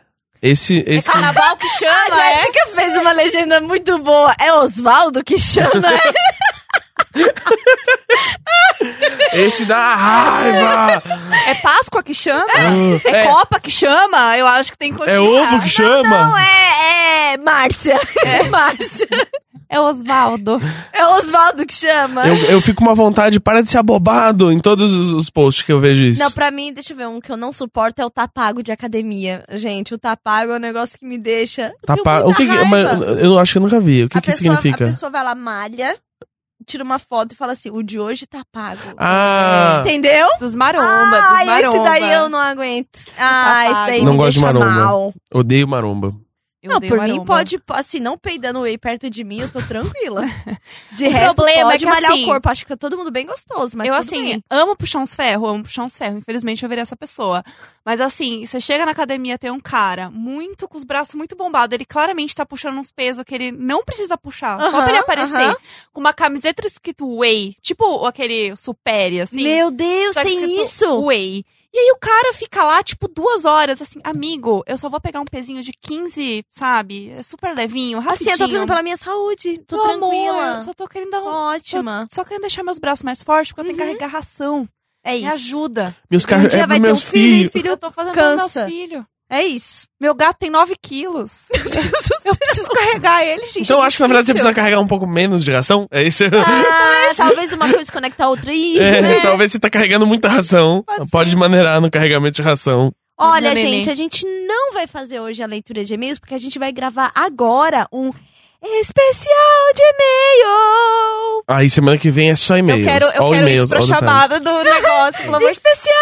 S1: Esse.
S2: É
S1: esse...
S3: Ah, Carnaval que
S2: A
S3: chama, é?
S2: Jéssica fez uma legenda muito boa. É Oswaldo que chama?
S1: Esse da raiva!
S3: É Páscoa que chama?
S1: Ah,
S3: É,
S1: é.
S3: Copa que chama? Eu acho que tem que
S1: É
S3: continuar.
S1: ovo que
S2: Não,
S1: chama?
S2: é, é Márcia. É Márcia.
S3: É Osvaldo.
S2: É Oswaldo que chama.
S1: Eu, eu fico com uma vontade, para de ser abobado em todos os, os posts que eu vejo isso.
S2: Não, pra mim, deixa eu ver, um que eu não suporto é o tapago de academia. Gente, o tapago é um negócio que me deixa. eu
S1: Tá
S2: tenho
S1: pa-
S2: muita
S1: o que, que-
S2: raiva.
S1: mas eu acho que eu nunca vi. O que,
S2: a
S1: que
S2: pessoa,
S1: significa?
S2: A pessoa vai lá, malha, tira uma foto e fala assim: o de hoje tá pago.
S1: Ah!
S2: Entendeu?
S3: Dos maromba, dos
S2: Ah, esse
S3: maromba.
S2: daí eu não aguento. Ah, esse daí
S3: Não
S2: me
S1: gosto de
S2: deixa
S1: maromba.
S2: mal.
S1: Odeio maromba.
S3: Eu
S2: não,
S3: odeio
S2: por mim
S3: maromba.
S2: pode, assim, não peidando whey perto de mim, eu tô tranquila. De
S3: O
S2: resto,
S3: problema é
S2: pode
S3: que,
S2: malhar
S3: assim,
S2: o corpo. Acho que é todo mundo bem gostoso, mas
S3: eu,
S2: tudo
S3: assim,
S2: bem.
S3: amo puxar uns ferros, amo puxar uns ferros. Infelizmente, eu virei essa pessoa. Mas, assim, você chega na academia, tem um cara muito com os braços muito bombados. Ele claramente tá puxando uns pesos que ele não precisa puxar, só
S2: Aham,
S3: pra ele aparecer.
S2: aham.
S3: Com uma camiseta escrito Whey, tipo aquele Supere, assim.
S2: Meu Deus,
S3: Só que uh,
S2: tem
S3: escrito
S2: isso!
S3: Whey. E aí o cara fica lá, tipo, duas horas, assim, amigo, eu só vou pegar um pezinho de 15, sabe? É super levinho,
S2: Assim,
S3: rapidinho.
S2: eu tô fazendo pela minha saúde. Tô
S3: Meu amor,
S2: tranquila.
S3: eu só tô querendo dar
S2: Tô
S3: um...
S2: ótima.
S3: Só querendo deixar meus braços mais fortes, porque eu tenho
S2: Uhum.
S3: que carregar ração.
S2: É
S3: Me
S2: isso.
S3: ajuda.
S1: Meus
S2: Um
S1: carros.
S2: dia
S1: É
S2: vai
S1: pros
S2: ter um
S1: meus
S2: filho e
S1: filhos.
S2: filho.
S3: eu tô fazendo
S2: Cansa.
S3: meus filhos.
S2: É isso.
S3: Meu gato tem 9 quilos. Meu Deus, eu preciso carregar ele, gente. é
S1: Então eu acho que na verdade você
S3: difícil.
S1: precisa carregar um pouco menos de ração. É isso.
S2: Ah, talvez uma coisa conecte a outra. Ih,
S1: É,
S2: né?
S1: Talvez você tá carregando muita ração.
S3: Pode
S1: Pode,
S3: ser.
S1: maneirar no carregamento de ração.
S2: Olha,
S3: Meu neném.
S2: gente, a gente não vai fazer hoje a leitura de e-mails, porque a gente vai gravar agora um especial de e-mail.
S1: Aí semana que vem é só
S3: Eu
S1: e-mails.
S3: quero, eu
S1: All
S3: quero
S1: e-mails,
S3: isso pra
S1: all the times.
S3: chamada do negócio, pelo amor de
S2: Especial!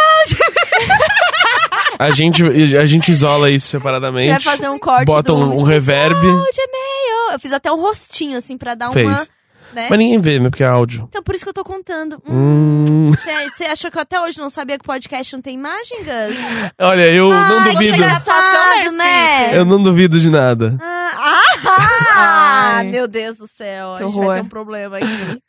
S1: A gente, a gente isola isso
S2: A gente vai
S1: separadamente.
S2: fazer um corte
S1: Bota
S2: do
S1: um, um
S2: especial
S1: reverb.
S2: de e-mail. Eu fiz até um rostinho, assim, pra dar uma...
S1: Fez.
S2: né?
S1: Mas ninguém vê, né? Porque é áudio.
S2: Então por isso que eu tô contando. Hum,
S1: Hum.
S2: Você achou que eu até hoje não sabia que podcast não tem imagem, Gus?
S1: Olha, eu não
S2: Ai,
S1: duvido.
S2: que engraçado,
S3: Engraçado,
S2: né?
S3: né?
S1: Eu não duvido de nada.
S2: Ah, ah,
S3: Ai.
S2: meu Deus do céu.
S3: Que
S2: a gente vai
S3: horror.
S2: ter um problema aqui.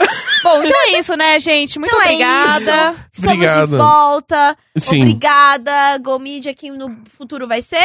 S3: Bom, então é isso, né, gente? Muito
S2: Então é
S3: obrigada.
S2: Estamos de
S1: Obrigado.
S2: volta.
S1: Sim.
S2: Ah, Obrigada. Gomídia, que no futuro vai ser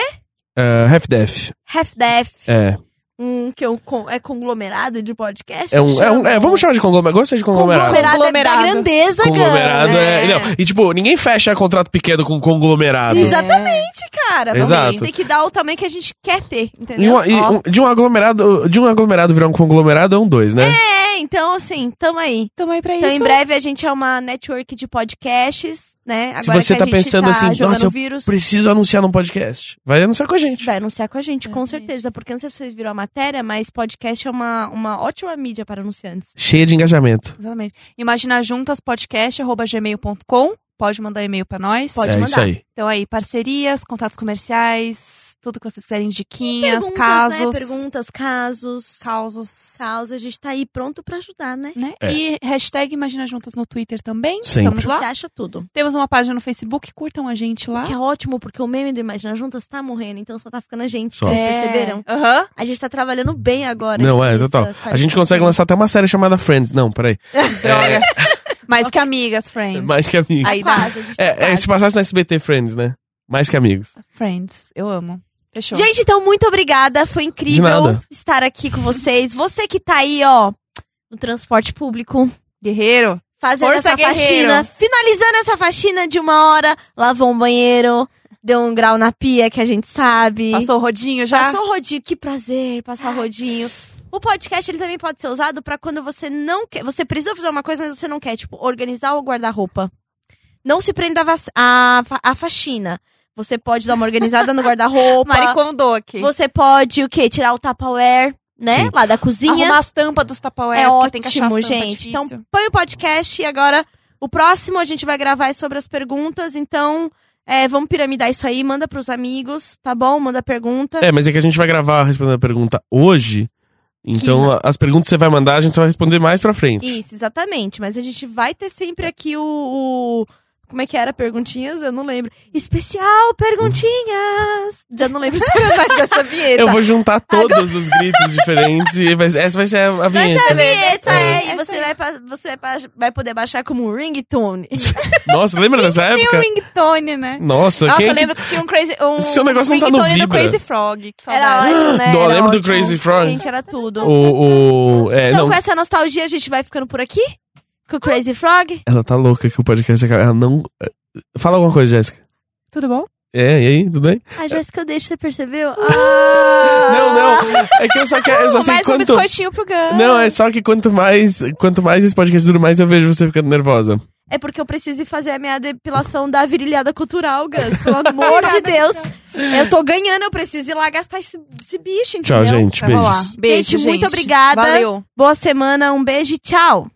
S1: É, Half Death.
S2: Half Death.
S1: É.
S2: Um que é, um con- é conglomerado de podcast.
S1: É um, é um- é, vamos chamar de conglomerado. Gostei de conglomerado.
S2: Conglomerado,
S3: Conglomerado.
S2: é da grandeza, cara.
S1: Conglomerado é.
S3: né?
S1: não, E tipo, ninguém fecha contrato pequeno com
S3: É.
S1: conglomerado.
S2: Exatamente, cara. Vamos-
S1: Exato.
S2: A gente tem que dar o tamanho que a gente quer ter,
S1: E
S2: entendeu?
S1: uma- e
S2: Ó.
S1: um- de um aglomerado, de um aglomerado virar um conglomerado é um dois, né?
S2: É, então assim, tamo aí.
S3: Tamo aí pra
S2: Então, em
S3: isso.
S2: breve a gente é uma network de podcasts, né? Agora
S1: Se você
S2: que
S1: tá
S2: a gente
S1: pensando
S2: tá
S1: assim,
S2: jogando
S1: "Nossa, eu
S2: vírus,
S1: Preciso anunciar num podcast. Vai anunciar com a É, gente.
S2: vai anunciar com a gente, com
S3: Exatamente.
S2: certeza. Porque não sei se vocês viram a matéria, mas podcast é uma, uma ótima mídia para anunciantes.
S1: Cheia de engajamento.
S3: Exatamente. Imagina juntas podcast@gmail.com. Pode mandar e-mail pra nós.
S2: Pode
S1: é
S2: mandar.
S1: isso aí.
S3: Então aí, parcerias, contatos comerciais, tudo que vocês quiserem, diquinhas,
S2: Perguntas, né?
S3: casos,
S2: Perguntas, casos.
S3: causos,
S2: Causa, a gente tá aí pronto pra ajudar, né?
S3: né?
S1: É.
S3: E hashtag Imagina Juntas no Twitter também.
S1: Sempre.
S3: Estamos
S2: Você
S3: lá.
S2: acha tudo.
S3: Temos uma página no Facebook, curtam a gente lá.
S2: Que é ótimo, porque o meme do Imagina Juntas tá morrendo, então só tá ficando a gente.
S1: Só.
S2: Vocês
S3: É.
S2: perceberam?
S3: Aham.
S2: A gente tá trabalhando bem agora. tá
S1: Não, é,
S2: essa-
S1: total.
S2: essa-
S1: A gente consegue lançar até uma série chamada Friends. Não, peraí. É,
S3: Droga. Mais que amigas, friends.
S1: Mais que amigos.
S2: Tá
S3: Aí dá.
S2: quase, a gente tá
S1: É, é,
S2: quase.
S1: se passasse na SBT Friends, né? Mais que amigos.
S3: Friends. Eu amo. Fechou.
S2: Gente, então, muito obrigada. Foi
S1: De
S2: incrível
S1: nada.
S2: estar aqui com vocês. Você que tá aí, ó, no transporte público,
S3: guerreiro.
S2: fazendo
S3: Força,
S2: essa
S3: guerreiro.
S2: faxina, finalizando essa faxina de uma hora, lavou um banheiro, deu um grau na pia, que a gente sabe.
S3: Passou o rodinho já?
S2: Passou o rodinho, que prazer passar o rodinho. O podcast ele também pode ser usado pra quando você não quer, você precisa fazer uma coisa, mas você não quer, tipo, organizar o guarda-roupa. Não se prenda à vac- à fa- à faxina. Você pode dar uma organizada no guarda-roupa.
S3: Maricondou aqui.
S2: Você pode o quê? Tirar o Tupperware, né?
S1: Sim.
S2: Lá da cozinha.
S3: Arrumar as tampas dos tapaué.
S2: é
S3: porque
S2: ótimo,
S3: tem que achar as tampas, é
S2: gente. Então,
S3: difícil.
S2: põe o podcast e agora o próximo a gente vai gravar é sobre as perguntas. Então, é, vamos piramidar isso aí. Manda pros amigos, tá bom? Manda pergunta.
S1: É, mas é que a gente vai gravar respondendo a pergunta hoje. Então,
S2: Que-
S1: a- as perguntas que você vai mandar, a gente só vai responder mais pra frente.
S2: Isso, exatamente. Mas a gente vai ter sempre aqui o. o- Como é que era? Perguntinhas? Eu não lembro. Especial Perguntinhas! Já não lembro se era mais dessa vinheta.
S1: Eu vou juntar todos os gritos diferentes e vai- essa vai ser a, a
S2: Vai ser
S1: vinheta. né?
S2: a
S3: Beleza,
S2: vinheta,
S3: é.
S2: é. E
S3: Essa
S2: você,
S3: aí.
S2: vai, pa- você vai, pa- vai poder baixar como um ringtone.
S1: Nossa, lembra dessa
S3: Tem o
S1: época?
S3: ringtone, né?
S1: Nossa,
S3: Nossa,
S1: quem...
S3: eu lembro que tinha um crazy. Um
S1: Seu negócio não tá no
S3: ringtone do
S1: Vibra.
S3: Crazy Frog. Que
S2: Era
S3: saudade.
S2: ótimo, né?
S1: Não,
S2: Era
S1: lembra do
S2: ótimo.
S1: Crazy Frog?
S2: Gente, era tudo.
S1: O, o- é,
S2: então,
S1: não,
S2: com essa nostalgia, a gente vai ficando por aqui? Com o Crazy Frog?
S1: Ela tá louca que o podcast acaba. Ela não. eh, Fala alguma coisa, Jéssica.
S3: Tudo bom?
S1: É, e aí, tudo bem?
S2: A Jéssica, eu deixo, você percebeu?
S3: Ah!
S1: Não, não. É que eu só quero. Eu só sei
S3: Mais um
S1: quanto.
S3: biscoitinho pro Gus.
S1: Não, é só que quanto mais, quanto mais esse podcast dura, mais eu vejo você ficando nervosa.
S2: É porque eu preciso ir fazer a minha depilação da virilhada cultural, Gus. Pelo amor de Deus. Eu tô ganhando, eu preciso ir lá gastar esse, esse bicho, entendeu?
S1: Tchau, gente.
S3: Vai rolar.
S1: Beijos.
S3: Tá, Beijo,
S2: Gente, muito
S3: gente.
S2: obrigada.
S3: Valeu.
S2: Boa semana, um beijo e tchau.